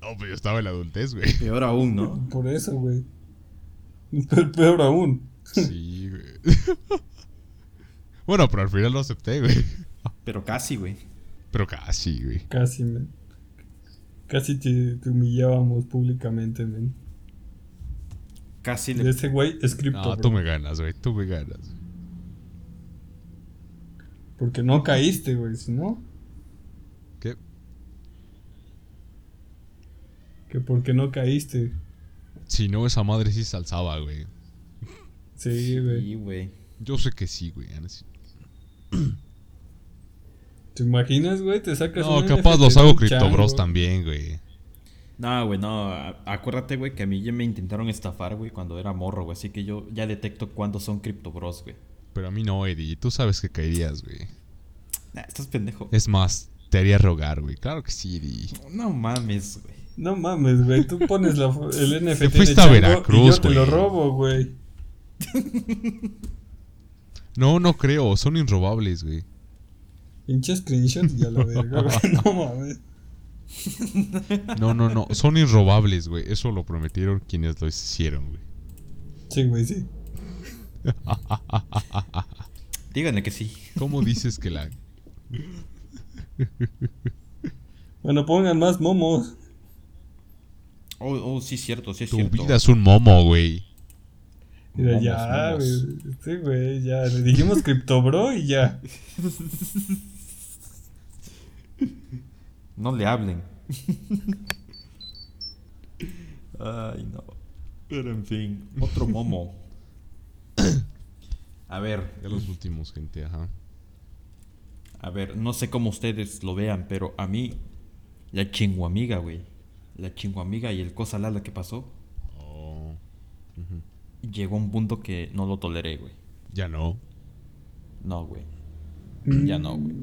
Speaker 2: No, pero yo estaba en la adultez, güey.
Speaker 3: Peor aún, ¿no?
Speaker 4: por eso, güey. Pe- Peor aún.
Speaker 2: Sí, güey. Bueno, pero al final lo acepté, güey.
Speaker 3: Pero casi, güey.
Speaker 2: Pero casi, güey.
Speaker 4: Casi, men. Casi te, te humillábamos públicamente, men.
Speaker 3: Casi
Speaker 4: De
Speaker 3: le.
Speaker 4: ese güey es cripto,
Speaker 2: No,
Speaker 4: bro,
Speaker 2: tú me ganas, güey. Tú me ganas.
Speaker 4: Porque no caíste, güey. Si no,
Speaker 2: ¿Qué?
Speaker 4: que porque no caíste.
Speaker 2: Si no, esa madre sí se alzaba, güey.
Speaker 4: Sí, güey.
Speaker 3: Sí, güey.
Speaker 2: Yo sé que sí, güey. Ana, sí.
Speaker 4: ¿Te imaginas, güey? Te sacas
Speaker 2: No,
Speaker 4: un
Speaker 2: capaz
Speaker 4: NFT
Speaker 2: los
Speaker 4: de
Speaker 2: hago
Speaker 4: un
Speaker 2: Crypto
Speaker 4: chango.
Speaker 2: Bros también, güey.
Speaker 3: No, güey, no. a- Acuérdate, güey, que a mí ya me intentaron estafar, güey, cuando era morro, güey. Así que yo ya detecto cuándo son cripto bros, güey.
Speaker 2: Pero a mí no, Eddie. Tú sabes que caerías, güey.
Speaker 3: Nah, estás pendejo.
Speaker 2: Es más, te haría rogar, güey. Claro que sí, Eddie.
Speaker 3: No mames, güey.
Speaker 4: No mames, güey. Tú pones la, fo- el NFT de
Speaker 2: fuiste a
Speaker 4: chango
Speaker 2: Veracruz,
Speaker 4: y yo te lo
Speaker 2: güey.
Speaker 4: robo, güey.
Speaker 2: No, no creo. Son inrobables, güey.
Speaker 4: Pinche screenshot y a la verga, güey. No mames.
Speaker 2: No, no, no. Son inrobables, güey. Eso lo prometieron quienes lo hicieron, güey.
Speaker 4: Sí, güey, sí.
Speaker 3: Díganle que sí.
Speaker 2: ¿Cómo dices que la...
Speaker 4: Bueno, pongan más momos.
Speaker 3: Oh, oh, sí, cierto, sí, es
Speaker 2: Tu
Speaker 3: cierto.
Speaker 2: vida es un momo, güey?
Speaker 4: Mira,
Speaker 3: Momos,
Speaker 4: ya, güey.
Speaker 3: momos.
Speaker 4: Sí, güey, ya. Le dijimos Crypto Bro y ya.
Speaker 3: No le hablen. Ay, no. Pero en fin. Otro momo. A ver,
Speaker 2: Ya los últimos, gente, ajá.
Speaker 3: a ver, no sé cómo ustedes lo vean, pero a mí, la chinguamiga, güey. La chinguamiga y el cosa lala que pasó,
Speaker 2: Oh,
Speaker 3: llegó a un punto que no lo toleré, güey.
Speaker 2: ya no.
Speaker 3: No, güey. Mm. Ya no, güey.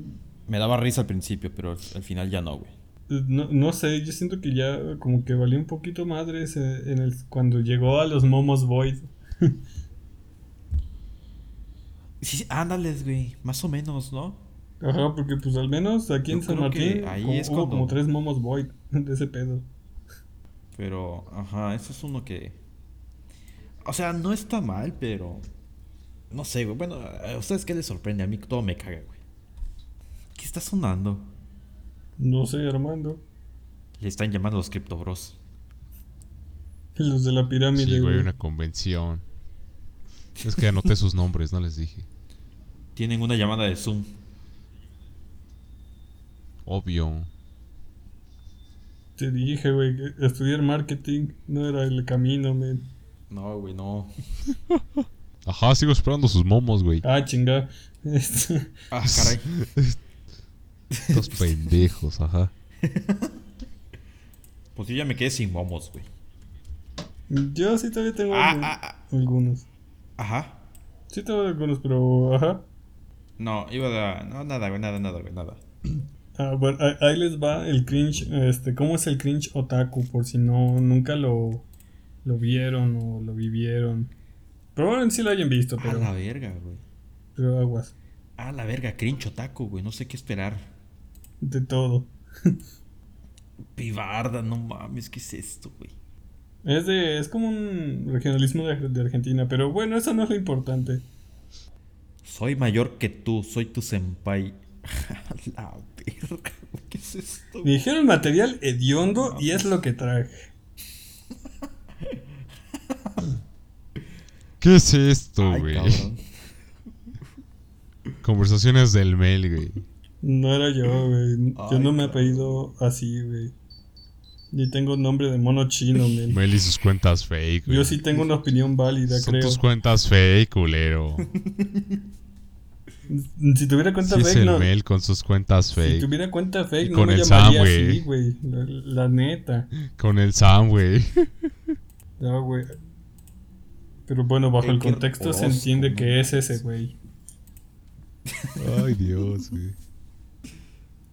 Speaker 3: Me daba risa al principio, pero al al final ya no, güey.
Speaker 4: No, no sé, yo siento que ya como que valió un poquito madres eh, en el, cuando llegó a los momos Void.
Speaker 3: Sí, sí, ándales, güey. Más o menos, ¿no?
Speaker 4: Ajá, porque pues al menos aquí
Speaker 3: Yo
Speaker 4: en San
Speaker 3: creo que
Speaker 4: Martín
Speaker 3: ahí
Speaker 4: como-
Speaker 3: es
Speaker 4: hubo
Speaker 3: cuando-
Speaker 4: como tres momos Void de ese pedo.
Speaker 3: Pero, ajá, eso es uno que. O sea, no está mal, pero. No sé, güey. Bueno, ¿a ustedes qué les sorprende? A mí todo me caga, güey. ¿Qué está sonando?
Speaker 4: No sé, Armando.
Speaker 3: Le están llamando los Crypto Bros.
Speaker 4: Los de la pirámide.
Speaker 2: Sí, güey,
Speaker 4: güey.
Speaker 2: una convención. Es que anoté sus nombres, no les dije.
Speaker 3: Tienen una llamada de Zoom.
Speaker 2: Obvio.
Speaker 4: Te dije, güey, que estudiar marketing no era el camino, men.
Speaker 3: No, güey, no.
Speaker 2: Ajá, sigo esperando sus momos, güey.
Speaker 4: Ah, chinga. Este,
Speaker 3: Ah, caray.
Speaker 2: Estos pendejos, ajá.
Speaker 3: Pues yo ya me quedé sin momos, güey.
Speaker 4: Yo sí todavía tengo
Speaker 3: Ah,
Speaker 4: algún-
Speaker 3: ah, ah.
Speaker 4: algunos.
Speaker 3: Ajá.
Speaker 4: Sí tengo algunos, pero ajá.
Speaker 3: No, iba a. No, nada, güey, nada, nada, güey, nada.
Speaker 4: Ah, bueno, ahí- ahí les va el cringe, este, ¿cómo es el cringe otaku? Por si no, nunca lo, lo vieron o lo vivieron. Probablemente sí lo hayan
Speaker 2: Ah,
Speaker 4: visto,
Speaker 3: A la
Speaker 4: pero,
Speaker 3: verga, güey.
Speaker 4: pero aguas,
Speaker 3: A la verga, crincho taco, güey. No sé qué esperar.
Speaker 4: de todo.
Speaker 3: Pibarda, no mames, ¿qué es esto, güey?
Speaker 4: Es de, es como un regionalismo de, de Argentina, pero bueno, eso no es lo importante.
Speaker 3: Soy mayor que tú, soy tu senpai. A La verga, güey, ¿qué es esto? güey?
Speaker 4: Dijeron material hediondo y es lo que traje.
Speaker 2: ¿Qué es esto,
Speaker 3: Ay,
Speaker 2: güey?
Speaker 3: cabrón.
Speaker 2: Conversaciones del mail, güey.
Speaker 4: No era yo, güey. Yo
Speaker 3: Ay,
Speaker 4: no me he
Speaker 3: cabrón.
Speaker 4: apellido así, güey. Ni tengo nombre de mono chino, men.
Speaker 2: Mail y sus cuentas fake, güey.
Speaker 4: Yo sí tengo una opinión válida,
Speaker 2: Son
Speaker 4: creo.
Speaker 2: tus cuentas fake, culero.
Speaker 4: Si tuviera cuenta
Speaker 2: Sí es
Speaker 4: fake,
Speaker 2: el
Speaker 4: no.
Speaker 2: mail con sus cuentas
Speaker 4: Si
Speaker 2: fake.
Speaker 4: tuviera cuenta fake,
Speaker 2: Y
Speaker 4: no
Speaker 2: con
Speaker 4: me
Speaker 2: el Sam,
Speaker 4: llamaría
Speaker 2: güey.
Speaker 4: así, güey. La, la neta.
Speaker 2: Con el Sam, güey.
Speaker 4: No, güey. Pero bueno, bajo el
Speaker 3: Qué
Speaker 4: contexto se
Speaker 3: horroroso,
Speaker 4: entiende
Speaker 3: no
Speaker 4: que es ese, güey.
Speaker 2: Ay, Dios, güey.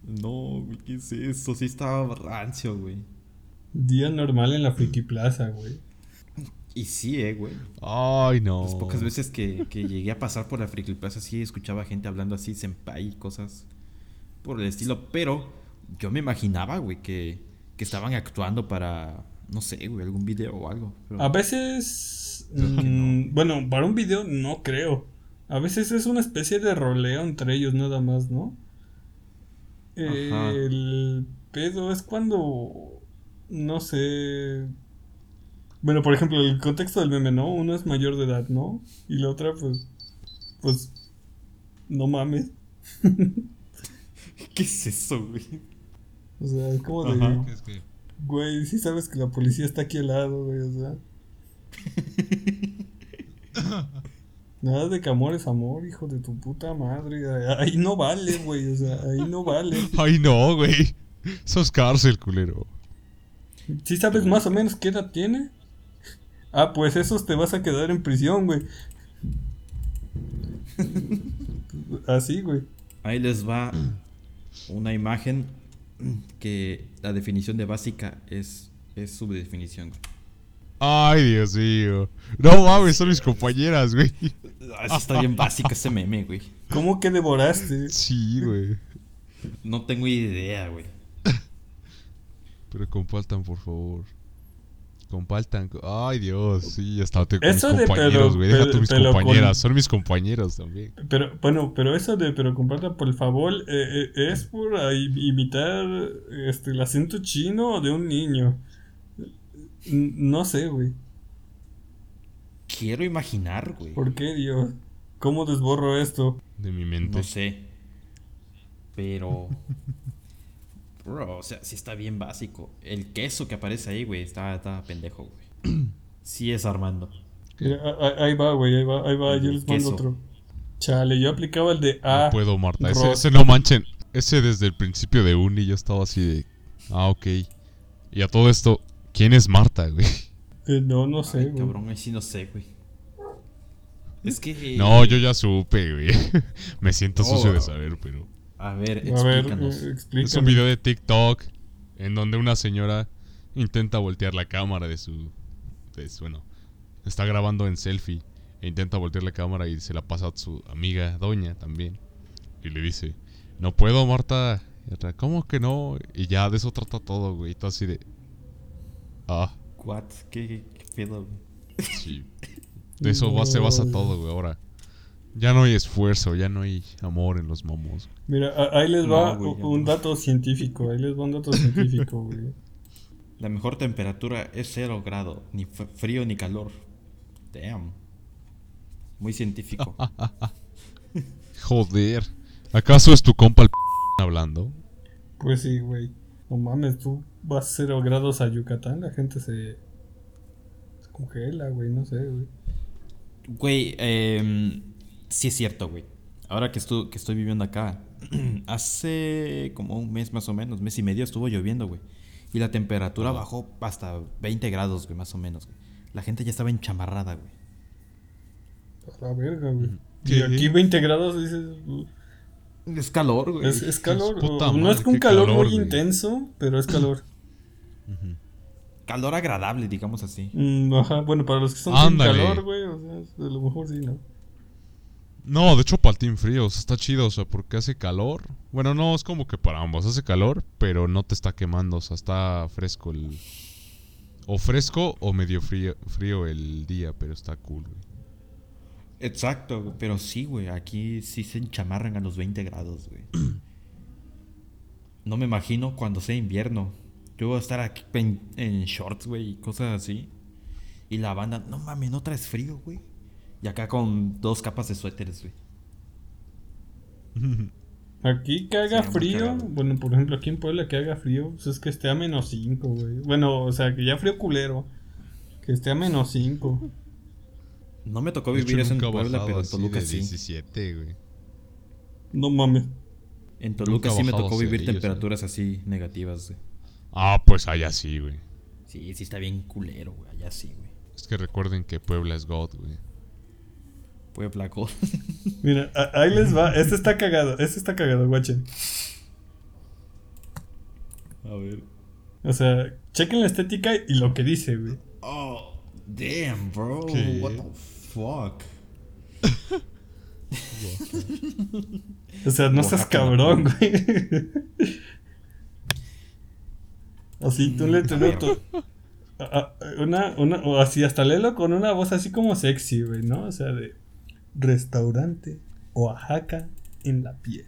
Speaker 3: No, güey, ¿qué es eso? Sí estaba rancio, güey.
Speaker 4: Día normal en la Friki Plaza, güey.
Speaker 3: Y sí, eh, güey.
Speaker 2: Ay, no.
Speaker 3: Las pocas veces que, que llegué a pasar por la Friki Plaza sí escuchaba gente hablando así, senpai y cosas por el estilo. Pero yo me imaginaba, güey, que, que estaban actuando para, no sé, güey, algún video o algo. Pero
Speaker 4: A veces.
Speaker 3: Creo que
Speaker 4: mm, Bueno, para un video no creo. A veces es una especie de roleo entre ellos nada más, ¿no?
Speaker 3: Ajá.
Speaker 4: El pedo es cuando. No sé. Bueno, por ejemplo, el contexto del meme, ¿no? Uno es mayor de edad, ¿no? Y la otra, pues. Pues. No mames.
Speaker 3: ¿Qué es eso, güey?
Speaker 4: O sea, es como de.
Speaker 3: Ajá.
Speaker 2: Es que-
Speaker 4: Güey, sí sabes que la policía está aquí al lado, güey, o sea. Nada de que amor es amor, hijo de tu puta madre. Ahí no vale, güey, o sea, ahí no vale.
Speaker 2: Ay, no, güey. Eso es cárcel, culero.
Speaker 4: ¿Sí sabes más o menos qué edad tiene? Ah, pues esos te vas a quedar en prisión, güey. Así, güey.
Speaker 3: Ahí les va una imagen que la definición de básica es, es subdefinición. güey.
Speaker 2: Ay, Dios mío. No mames, son mis compañeras, güey.
Speaker 3: Ah, sí está bien básica ese meme, güey.
Speaker 4: ¿Cómo que devoraste?
Speaker 2: Sí, güey.
Speaker 3: No tengo idea, güey.
Speaker 2: Pero compartan, por favor. Compartan. Ay, Dios, sí, hasta te,
Speaker 4: Eso de
Speaker 2: mis compañeros,
Speaker 4: pelo-
Speaker 2: güey. Deja
Speaker 4: pelo-
Speaker 2: tú mis
Speaker 4: pelo con-
Speaker 2: compañeras, son mis compañeros también.
Speaker 4: Pero, bueno, pero eso de pero comparta por favor, eh, eh, ¿es por ah, im- imitar este, el acento chino de un niño? N- No sé, güey.
Speaker 3: Quiero imaginar, güey.
Speaker 4: ¿Por qué, Dios? ¿Cómo desborro esto?
Speaker 2: De mi mente.
Speaker 3: No sé. Pero. Bro, o sea, sí está bien básico. El queso que aparece ahí, güey, está, está pendejo, güey. Sí es Armando.
Speaker 2: ¿Qué?
Speaker 4: Mira, a- a- ahí va, güey, ahí va, ahí va, yo les mando
Speaker 3: Queso.
Speaker 4: otro. Chale, yo aplicaba el de
Speaker 2: No
Speaker 4: A.
Speaker 2: puedo, Marta. Ese,
Speaker 4: Ro-
Speaker 2: ese no manchen. Ese desde el principio de Uni yo estaba así de. Ah, ok. Y a todo esto, ¿quién es Marta, güey?
Speaker 4: Eh, no, no sé,
Speaker 3: Ay,
Speaker 4: güey.
Speaker 3: cabrón, ahí sí no sé, güey. Es que.
Speaker 2: No, yo ya supe, güey. Me siento
Speaker 3: Oh,
Speaker 2: sucio de
Speaker 3: wow.
Speaker 2: saber, pero.
Speaker 3: A ver,
Speaker 4: A ver,
Speaker 3: explícanos.
Speaker 4: eh,
Speaker 2: Es un
Speaker 4: explícame.
Speaker 2: video de TikTok en donde una señora intenta voltear la cámara de su. de su- bueno, está grabando en selfie e intenta voltear la cámara y se la pasa a su amiga, Doña, también. Y le dice: No puedo, Marta. Y otra, ¿Cómo que no? Y ya de eso trata todo, güey. Y todo así de. Ah,
Speaker 3: What? ¿Qué, qué pedo, güey?
Speaker 2: sí. De eso va- se basa todo, güey. Ahora. Ya no hay esfuerzo, ya no hay amor en los momos.
Speaker 4: Mira, a- ahí les
Speaker 3: No,
Speaker 4: va
Speaker 3: güey, ya
Speaker 4: un
Speaker 3: no.
Speaker 4: dato científico, ahí les va un dato científico, güey.
Speaker 3: La mejor temperatura es 0 grado, ni f- frío ni calor. Damn. Muy científico.
Speaker 2: Joder. ¿Acaso es tu compa el p hablando?
Speaker 4: Pues sí, güey. No mames, tú vas cero grados a Yucatán, la gente se se congela, güey, no sé, güey.
Speaker 3: Güey, eh, sí es cierto, güey. Ahora que, estu- que estoy viviendo acá, hace como un mes más o menos, mes y medio estuvo lloviendo, güey. Y la temperatura bajó hasta 20 grados, güey, más o menos. güey. La gente ya estaba enchamarrada, güey.
Speaker 4: A la verga, güey.
Speaker 2: ¿Qué?
Speaker 4: Y aquí 20 grados dices, uh,
Speaker 3: Es calor, güey.
Speaker 4: es, es calor.
Speaker 2: Dios, puta
Speaker 4: o- no
Speaker 2: madre,
Speaker 4: es un
Speaker 2: qué
Speaker 4: calor,
Speaker 2: calor,
Speaker 4: muy
Speaker 2: güey.
Speaker 4: intenso, pero es calor.
Speaker 3: Calor agradable, digamos así.
Speaker 4: Mm, ajá, bueno, para los que son sin
Speaker 2: Ándale.
Speaker 4: calor, güey, o sea, a lo mejor sí, ¿no?
Speaker 2: No, de hecho para el team frío, o sea, está chido, o sea, porque hace calor. Bueno, no, es como que para ambos, hace calor, pero no te está quemando, o sea, está fresco el... O fresco o medio frío, frío el día, pero está cool, güey.
Speaker 3: Exacto, güey, pero sí, güey, aquí sí se enchamarran a los 20 grados, güey. No me imagino cuando sea invierno. Yo voy a estar aquí en, en shorts, güey, y cosas así. Y la banda, no mames, no traes frío, güey. Y acá con dos capas de suéteres, güey.
Speaker 4: Aquí que haga
Speaker 3: Sí, muy
Speaker 4: frío,
Speaker 3: cagado.
Speaker 4: bueno, por ejemplo, aquí en Puebla que haga frío, pues es que esté a menos 5, güey. Bueno, o sea, que ya frío culero, que esté a menos 5.
Speaker 3: No me tocó
Speaker 2: De hecho,
Speaker 3: vivir eso en
Speaker 2: nunca ha
Speaker 3: Puebla,
Speaker 2: bajado
Speaker 3: pero en
Speaker 2: así
Speaker 3: Toluca
Speaker 2: de
Speaker 3: sí.
Speaker 2: 17, güey.
Speaker 4: No mames.
Speaker 3: En
Speaker 2: Nunca
Speaker 3: Toluca
Speaker 2: ha
Speaker 3: sí me
Speaker 2: bajado
Speaker 3: tocó vivir
Speaker 2: cerillos, eh.
Speaker 3: temperaturas así negativas, güey.
Speaker 2: Ah, pues allá sí, güey.
Speaker 3: Sí, sí está bien culero, güey. Allá sí, güey.
Speaker 2: Es que recuerden que Puebla es God, güey.
Speaker 3: Puebla, God.
Speaker 4: Mira, a- ahí les va, este está cagado, este está cagado, guachen.
Speaker 3: A ver.
Speaker 4: O sea, chequen la estética y lo que dice, güey.
Speaker 3: Oh, damn, bro.
Speaker 2: ¿Qué?
Speaker 3: What the fuck?
Speaker 4: O sea, no seas
Speaker 3: Oaxaca,
Speaker 4: cabrón, güey. Así, tú le
Speaker 3: Mm, a
Speaker 4: tú le-
Speaker 3: ver.
Speaker 4: tú- a- a- una, una, o así, hasta léelo con una voz así como sexy, güey, ¿no? O sea, de restaurante Oaxaca en la piel.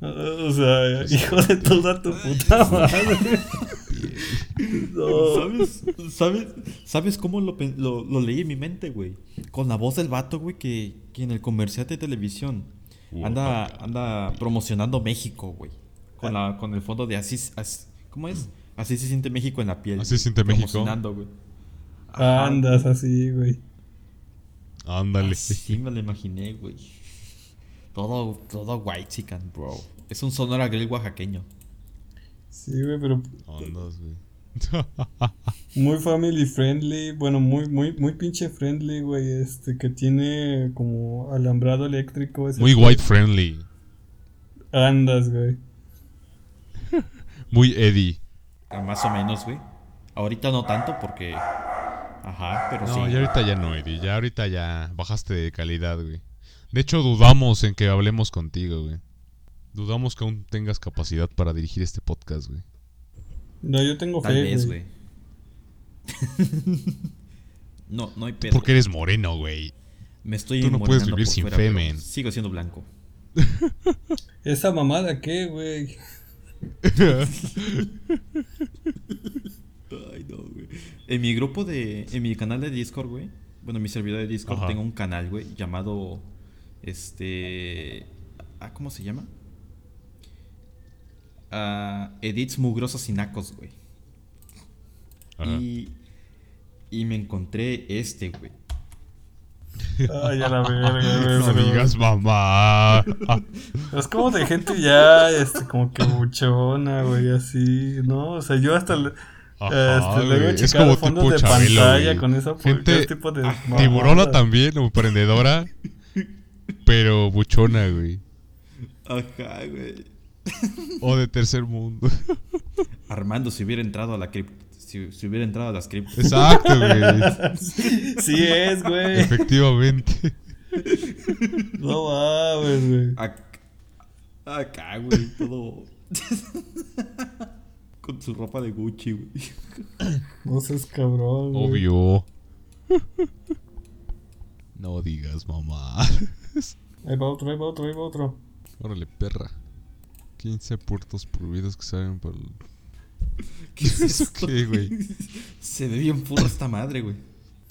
Speaker 4: O- O sea, hijo de toda tu puta madre. No.
Speaker 3: ¿Sabes, sabes, ¿Sabes cómo lo, pen- lo- lo leí en mi mente, güey? Con la voz del vato, güey, que, que en el comercial de televisión anda, anda promocionando México, güey. Con, la, con el fondo de así, así- ¿Cómo es? Así se siente México en la piel.
Speaker 2: Así se siente México.
Speaker 3: Promocionando, güey. Ah, Ajá,
Speaker 4: Andas así, güey.
Speaker 2: Ándale.
Speaker 3: Ah, Sí, me lo imaginé, güey. Todo, todo white chican, bro. Es un sonora grill oaxaqueño.
Speaker 4: Sí, güey, pero
Speaker 2: Andas, güey.
Speaker 4: Muy family friendly, bueno, muy, muy, muy pinche friendly, güey, este, que tiene como alambrado eléctrico. ese-
Speaker 2: Muy white friendly.
Speaker 4: Andas, güey.
Speaker 2: Muy Eddie.
Speaker 3: Ah, Más o menos, güey. Ahorita no tanto porque. Ajá, pero
Speaker 2: No,
Speaker 3: sí.
Speaker 2: ya ahorita ya no, Eddie. Ya ahorita ya bajaste de calidad, güey. De hecho, dudamos en que hablemos contigo, güey. Dudamos que aún tengas capacidad para dirigir este podcast, güey.
Speaker 4: No, yo tengo
Speaker 3: Tal
Speaker 4: fe,
Speaker 3: vez,
Speaker 4: güey.
Speaker 3: güey. no, no hay pedo.
Speaker 2: Porque eres moreno, güey.
Speaker 3: Me
Speaker 2: tú
Speaker 3: estoy
Speaker 2: no
Speaker 3: enmoronando
Speaker 2: puedes vivir
Speaker 3: por
Speaker 2: sin
Speaker 3: fuera,
Speaker 2: fe,
Speaker 3: pero
Speaker 2: men.
Speaker 3: Sigo siendo blanco.
Speaker 4: ¿Esa mamada qué, güey?
Speaker 3: Ay, no, güey. En mi grupo de. En mi canal de Discord, güey. Bueno, en mi servidor de Discord
Speaker 2: Ajá.
Speaker 3: tengo un canal, güey, llamado. Este. Ah, ¿cómo se llama? Ah, edits mugrosos y nacos, güey.
Speaker 2: Ajá.
Speaker 3: Y. Y me encontré este, güey.
Speaker 4: Ay, a la verga, güey.
Speaker 2: No
Speaker 4: pero-
Speaker 2: digas mamá.
Speaker 4: Es como de gente ya, este, como que buchona, güey, así, ¿no? O sea, yo hasta... le-
Speaker 2: Ajá,
Speaker 4: este, luego
Speaker 2: güey.
Speaker 4: he
Speaker 2: Es
Speaker 4: checado
Speaker 2: como
Speaker 4: fondos
Speaker 2: tipo
Speaker 4: de
Speaker 2: Chabelo,
Speaker 4: pantalla
Speaker 2: güey.
Speaker 4: con esa
Speaker 2: Gente ah,
Speaker 4: ese tipo de mamadas.
Speaker 2: Tiburona también, o emprendedora. pero buchona, güey.
Speaker 3: Ajá, güey.
Speaker 2: O de tercer mundo.
Speaker 3: Armando, si hubiera entrado a la cripta. Si, si hubiera entrado a las criptas.
Speaker 2: Exacto, güey.
Speaker 4: Sí es, güey.
Speaker 2: Efectivamente.
Speaker 4: No mames, güey.
Speaker 3: Ac- Acá, güey, todo. Con su ropa de Gucci, güey.
Speaker 4: No seas cabrón, güey.
Speaker 2: Obvio. No digas mamá.
Speaker 4: Ahí va otro, ahí va otro, ahí va otro.
Speaker 2: Órale, perra. 15 puertos prohibidos que salen por el...
Speaker 3: ¿Qué es
Speaker 2: esto? ¿Qué, güey?
Speaker 3: Se ve bien puro esta madre, güey.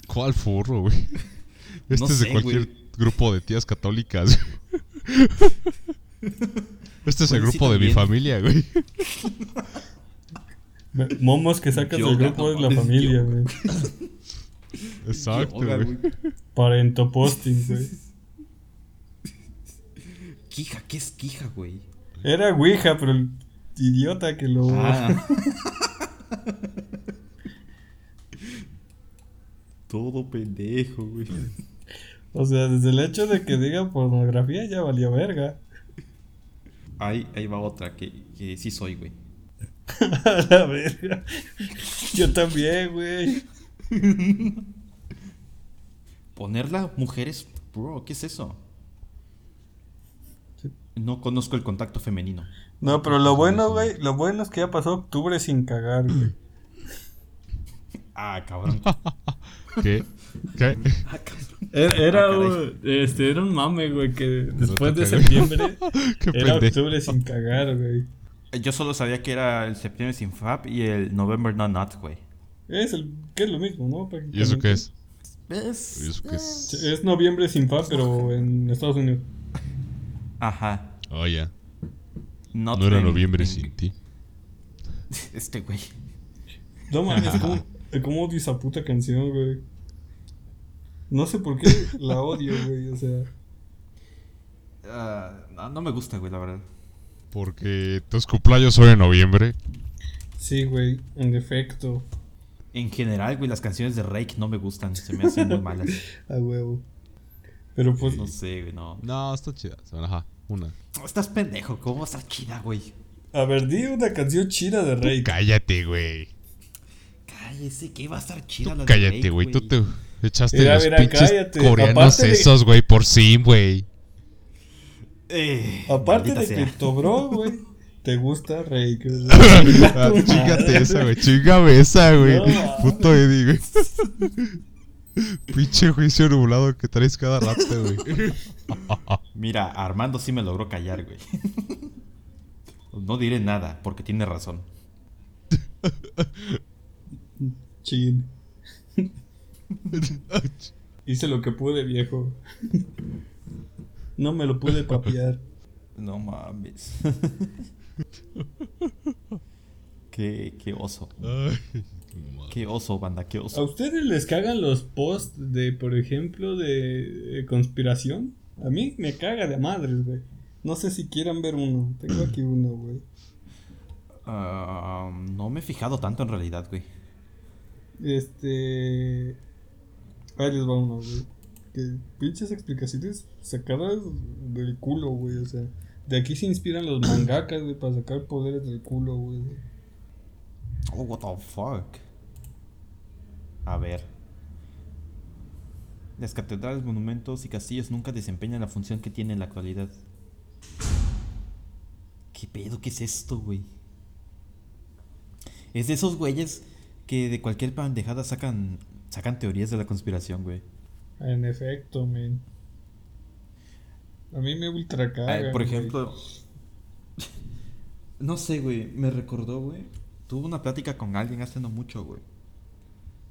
Speaker 2: ¿Cuál forro, güey? Este
Speaker 3: No
Speaker 2: es de
Speaker 3: sé,
Speaker 2: cualquier
Speaker 3: güey.
Speaker 2: grupo de tías católicas. este es el
Speaker 3: Bueno, sí,
Speaker 2: grupo de mi
Speaker 3: también.
Speaker 2: familia, güey.
Speaker 4: Momos que sacas
Speaker 3: Yoga,
Speaker 4: del grupo
Speaker 3: no
Speaker 4: de la
Speaker 3: mames,
Speaker 4: familia,
Speaker 3: yoga.
Speaker 4: güey.
Speaker 2: Exacto,
Speaker 3: Yoga,
Speaker 2: güey.
Speaker 4: Parento posting, güey.
Speaker 3: Quija, ¿qué es quija, güey?
Speaker 4: Era Ouija, pero el idiota que lo.
Speaker 3: Ah. todo pendejo, güey.
Speaker 4: O sea, desde el hecho de que diga pornografía ya valía verga.
Speaker 3: Ahí, ahí va otra que, que sí soy, güey.
Speaker 4: A la verga. Yo también, güey.
Speaker 3: Ponerla mujeres, bro, ¿qué es eso?
Speaker 4: Sí.
Speaker 3: No conozco el contacto femenino.
Speaker 4: No, pero lo bueno, güey, lo bueno es que ya pasó octubre sin cagar, güey.
Speaker 3: Ah, cabrón.
Speaker 2: ¿Qué? ¿Qué?
Speaker 4: Era, Er, era,
Speaker 5: Ah, caray.
Speaker 4: un- este, era un mame, güey, que después de
Speaker 2: toca, güey.
Speaker 4: septiembre
Speaker 2: ¿Qué
Speaker 4: era
Speaker 2: pendejo?
Speaker 4: octubre sin cagar, güey.
Speaker 3: Yo solo sabía que era el septiembre sin FAP y el November no not, güey.
Speaker 4: Es el, que es lo mismo, ¿no? Prácticamente.
Speaker 2: ¿Y eso qué es? ¿Y
Speaker 3: ¿Ves?
Speaker 2: eso qué es?
Speaker 4: Es noviembre sin fa, pero en Estados Unidos.
Speaker 3: Ajá.
Speaker 2: Oh, ya.
Speaker 3: Not
Speaker 2: No era
Speaker 3: en-
Speaker 2: noviembre
Speaker 3: en-
Speaker 2: sin ti.
Speaker 3: Este güey.
Speaker 4: No mames, ¿cómo, cómo odio esa puta canción, güey? No sé por qué la odio, güey, o sea.
Speaker 3: Ah, no, no me gusta, güey, la verdad.
Speaker 2: Porque tus cumpleaños son en noviembre.
Speaker 4: Sí, güey, en efecto.
Speaker 3: En general, güey, las canciones de Rake no me gustan. Se me hacen muy malas.
Speaker 4: A huevo. Pero pues.
Speaker 3: No sé, güey, no.
Speaker 2: No, está chida. Ajá, una.
Speaker 3: No, estás pendejo. ¿Cómo va a estar chida, güey?
Speaker 4: A ver, di una canción chida de Rey.
Speaker 2: Cállate, güey.
Speaker 3: Cállese, que va a estar
Speaker 2: Tú
Speaker 3: chida la de
Speaker 2: cállate,
Speaker 3: Rake,
Speaker 2: güey. Tú te echaste
Speaker 4: Mira,
Speaker 2: los
Speaker 4: mira,
Speaker 2: pinches
Speaker 4: cállate.
Speaker 2: coreanos
Speaker 4: Aparte de-
Speaker 2: esos, güey, por sim, güey.
Speaker 3: Eh,
Speaker 4: Aparte
Speaker 3: maldita
Speaker 4: de
Speaker 3: sea.
Speaker 4: que Tobro, güey, te gusta Rey. que-
Speaker 2: Ah, Chíngate esa, güey. Chingame esa, güey.
Speaker 4: No, mames.
Speaker 2: Puto Eddie, güey. Pinche juicio nublado que traes cada rato, güey.
Speaker 3: Mira, Armando sí me logró callar, güey. No diré nada, porque tiene razón.
Speaker 4: Chin. Hice lo que pude, viejo. No me lo pude papear.
Speaker 3: No mames. qué, qué oso.
Speaker 2: Ay,
Speaker 3: Qué oso, banda, qué
Speaker 4: ¿A
Speaker 3: oso.
Speaker 4: ustedes les cagan los posts de, por ejemplo, de eh, conspiración? A mí me caga de madres, güey. No sé si quieran ver uno. Tengo aquí uno, güey.
Speaker 3: Ah, no me he fijado tanto en realidad, güey.
Speaker 4: Este. Ahí les va uno, güey. Que pinches explicaciones sacadas del culo, güey. O sea, de aquí se inspiran los mangakas, güey, para sacar poderes del culo, güey.
Speaker 3: Oh, what the fuck. A ver. Las catedrales, monumentos y castillos nunca desempeñan la función que tienen en la actualidad. ¿Qué pedo? ¿Qué es esto, güey? Es de esos güeyes que de cualquier bandejada sacan, sacan teorías de la conspiración, güey.
Speaker 4: En efecto, men. A mí me ultra
Speaker 3: Ah,
Speaker 4: caga.
Speaker 3: por
Speaker 4: güey.
Speaker 3: ejemplo. No sé, güey. Me recordó, güey. Tuve una plática con alguien hace no mucho, güey.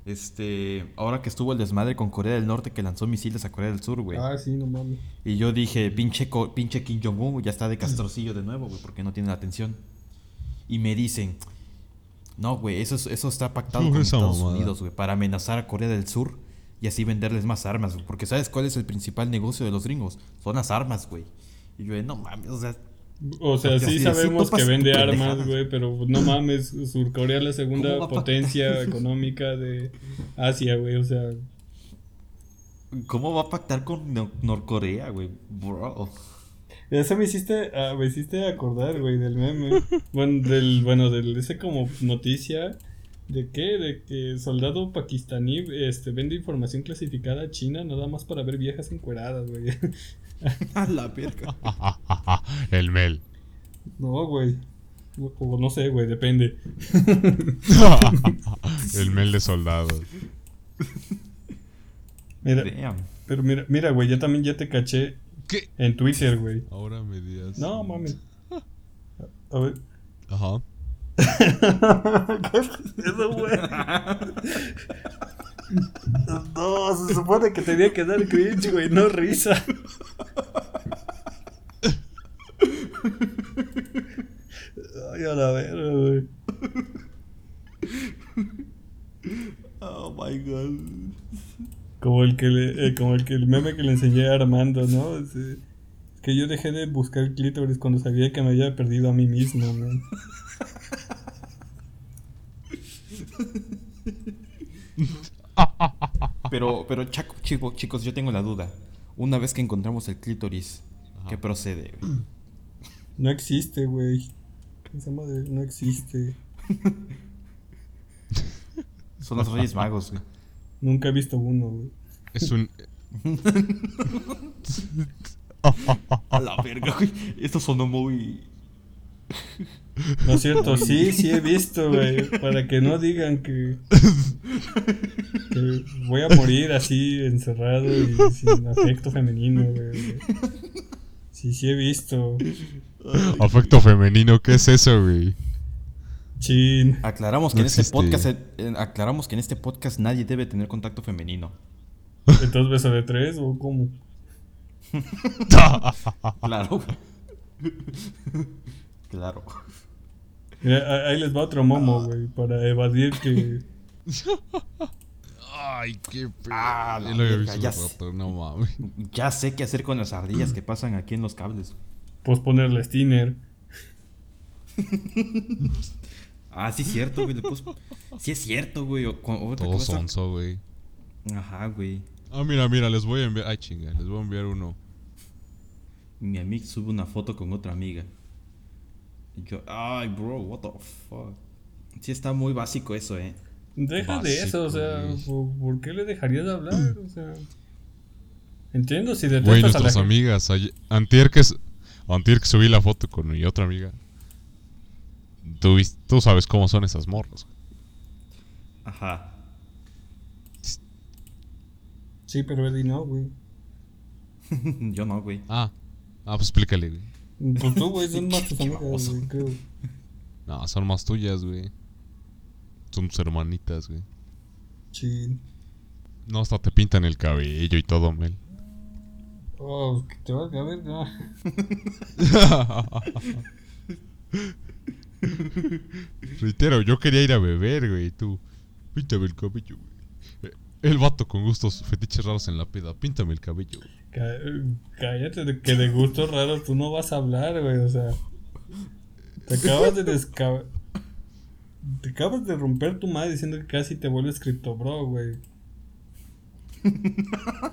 Speaker 3: Este. Ahora que estuvo el desmadre con Corea del Norte que lanzó misiles a Corea del Sur, güey.
Speaker 4: Ah, sí, no mames.
Speaker 3: Y yo dije, pinche, co- pinche Kim Jong-un güey, ya está de castrocillo de nuevo, güey, porque no tiene la atención. Y me dicen, no, güey, eso, es- eso está pactado
Speaker 2: Ujú,
Speaker 3: con
Speaker 2: esa
Speaker 3: Estados
Speaker 2: mamada.
Speaker 3: Unidos, güey, para amenazar a Corea del Sur y así venderles más armas, güey. Porque ¿sabes cuál es el principal negocio de los gringos? Son las armas, güey. Y yo, no mames, o sea,
Speaker 4: O sea,
Speaker 3: Porque
Speaker 4: sí
Speaker 3: así de- sí
Speaker 4: sabemos
Speaker 3: topas
Speaker 4: que vende
Speaker 3: tu
Speaker 4: armas,
Speaker 3: pendejada.
Speaker 4: güey, pero no mames, Surcorea es la
Speaker 3: ¿Cómo
Speaker 4: segunda
Speaker 3: va a pa-
Speaker 4: potencia económica de Asia, güey, o sea,
Speaker 3: ¿cómo va a pactar con Nor- Norcorea, güey? Bro.
Speaker 4: Eso me hiciste, ah, me hiciste acordar, güey, del meme. Bueno, del, bueno, del, ese como noticia de qué, de que soldado pakistaní este, vende información clasificada a China nada más para ver viejas encueradas, güey.
Speaker 3: A la verga.
Speaker 2: El Mel.
Speaker 4: No, güey. O- O no sé, güey, depende.
Speaker 2: El Mel de soldados.
Speaker 4: Mira,
Speaker 3: Damn.
Speaker 4: pero mira, mira, güey, ya también ya te caché
Speaker 2: ¿Qué?
Speaker 4: en Twitter, güey.
Speaker 2: Ahora me dirás.
Speaker 4: No, mames. A ver.
Speaker 2: Ajá.
Speaker 4: Eso, güey. No, se supone que tenía que dar cringe, güey, no risa. Ay, a la verga, güey.
Speaker 3: Oh my god.
Speaker 4: Como el que le, eh, como el que el meme que le enseñé a Armando, ¿no? Es, eh, que yo dejé de buscar clítoris cuando sabía que me había perdido a mí mismo, güey.
Speaker 3: Pero, pero chaco- chico- chicos, yo tengo la duda. Una vez que encontramos el clítoris, ¿qué procede? güey?
Speaker 4: No existe, güey. Esa madre no existe.
Speaker 3: Son los Reyes Magos, güey.
Speaker 4: Nunca he visto uno, güey.
Speaker 2: Es un.
Speaker 3: A la verga, güey. Esto sonó muy.
Speaker 4: No es cierto, sí, sí he visto, güey. Para que no digan que, que voy a morir así, encerrado y sin afecto femenino, güey. Sí, sí he visto.
Speaker 2: Afecto femenino, ¿qué es eso, güey?
Speaker 4: Chin.
Speaker 3: Aclaramos que
Speaker 2: No
Speaker 3: en este
Speaker 2: existe.
Speaker 3: podcast eh, aclaramos que en este podcast nadie debe tener contacto femenino.
Speaker 4: ¿Entonces beso de tres o cómo?
Speaker 3: Claro. güey. claro.
Speaker 4: Mira, a- ahí les va otro momo, güey, para evadir que...
Speaker 2: Ay, qué pedo.
Speaker 3: Ah, la
Speaker 2: Ya lo había
Speaker 3: verga,
Speaker 2: visto
Speaker 3: ya
Speaker 2: hace
Speaker 3: sé.
Speaker 2: rato, no mames.
Speaker 3: Ya sé qué hacer con las ardillas que pasan aquí en los cables.
Speaker 4: Pues ponerle Steiner.
Speaker 3: Ah, sí es cierto, güey. le puse- Sí es cierto, güey. o- con- otra
Speaker 2: Todo
Speaker 3: cosa-
Speaker 2: sonso, güey.
Speaker 3: Ajá, güey.
Speaker 2: Ah, mira, mira, les voy a enviar. Ay, chinga, les voy a enviar uno.
Speaker 3: Mi amiga sube una foto con otra amiga. Y yo, ay, bro, what the fuck. Sí está muy básico eso, eh.
Speaker 4: Deja de eso, o sea,
Speaker 2: Básico,
Speaker 4: ¿por, por qué le dejarías de hablar? O sea, entiendo si detestas
Speaker 2: Güey,
Speaker 4: a la
Speaker 2: nuestras
Speaker 4: gente.
Speaker 2: amigas. ayer- Antier que, s- antier que subí la foto con mi otra amiga. Tú, vis- tú sabes cómo son esas morras. güey.
Speaker 3: Ajá.
Speaker 4: Sí, pero Eddie no, güey.
Speaker 3: yo no, güey.
Speaker 2: Ah, ah, pues explícale, güey.
Speaker 4: Pues tú, güey, son más tus
Speaker 3: Qué
Speaker 4: amigas,
Speaker 3: baboso.
Speaker 4: güey, creo.
Speaker 2: No, son más tuyas, güey. Son tus hermanitas, güey.
Speaker 4: Sí.
Speaker 2: No, hasta te pintan el cabello y todo, Mel.
Speaker 4: Oh, que te vas a ver, no.
Speaker 2: Reitero, yo quería ir a beber, güey. Tú, píntame el cabello, güey. Eh, El vato con gustos fetiches raros en la peda, píntame el cabello. güey.
Speaker 4: Cá- Cállate, de- que de gustos raros tú no vas a hablar, güey, o sea. Te acabas de descab... Te acabas de romper tu madre diciendo que casi te vuelves criptobro, güey.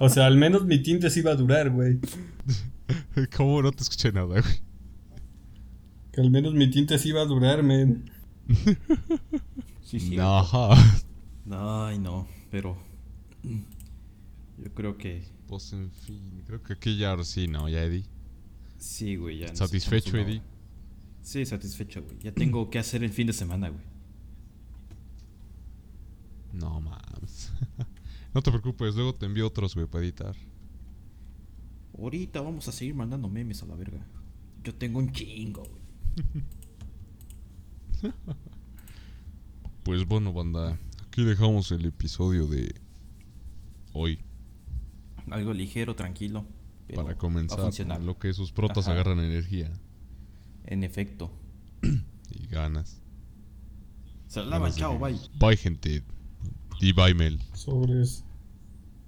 Speaker 4: O sea, al menos mi tinte sí iba a durar, güey.
Speaker 2: ¿Cómo no te escuché nada, güey?
Speaker 4: Que al menos mi tinte sí iba a durar, men.
Speaker 3: Sí, sí.
Speaker 2: No.
Speaker 3: Ay, no, pero. Yo creo que.
Speaker 2: Pues en fin, creo que aquí ya sí, no, ya Eddie.
Speaker 3: Sí, güey, ya. nos
Speaker 2: Satisfecho,
Speaker 3: echamos una
Speaker 2: Eddie.
Speaker 3: hora. Sí, satisfecho, güey. Ya tengo que hacer el fin de semana, güey.
Speaker 2: No mames. No te preocupes, luego te envío otros, güey, para editar.
Speaker 3: Ahorita vamos a seguir mandando memes a la verga. Yo tengo un chingo, güey.
Speaker 2: Pues bueno, banda, aquí dejamos el episodio de hoy
Speaker 3: Algo ligero, tranquilo. pero
Speaker 2: para
Speaker 3: Va a
Speaker 2: comenzar
Speaker 3: funcionar.
Speaker 2: con lo que sus protas
Speaker 3: Ajá.
Speaker 2: agarran energía
Speaker 3: En efecto.
Speaker 2: y ganas.
Speaker 3: Se la lavan,
Speaker 2: Ganas de
Speaker 3: chao, bye.
Speaker 2: vivir. Bye, gente. Y bye, Mel.
Speaker 4: Sobres.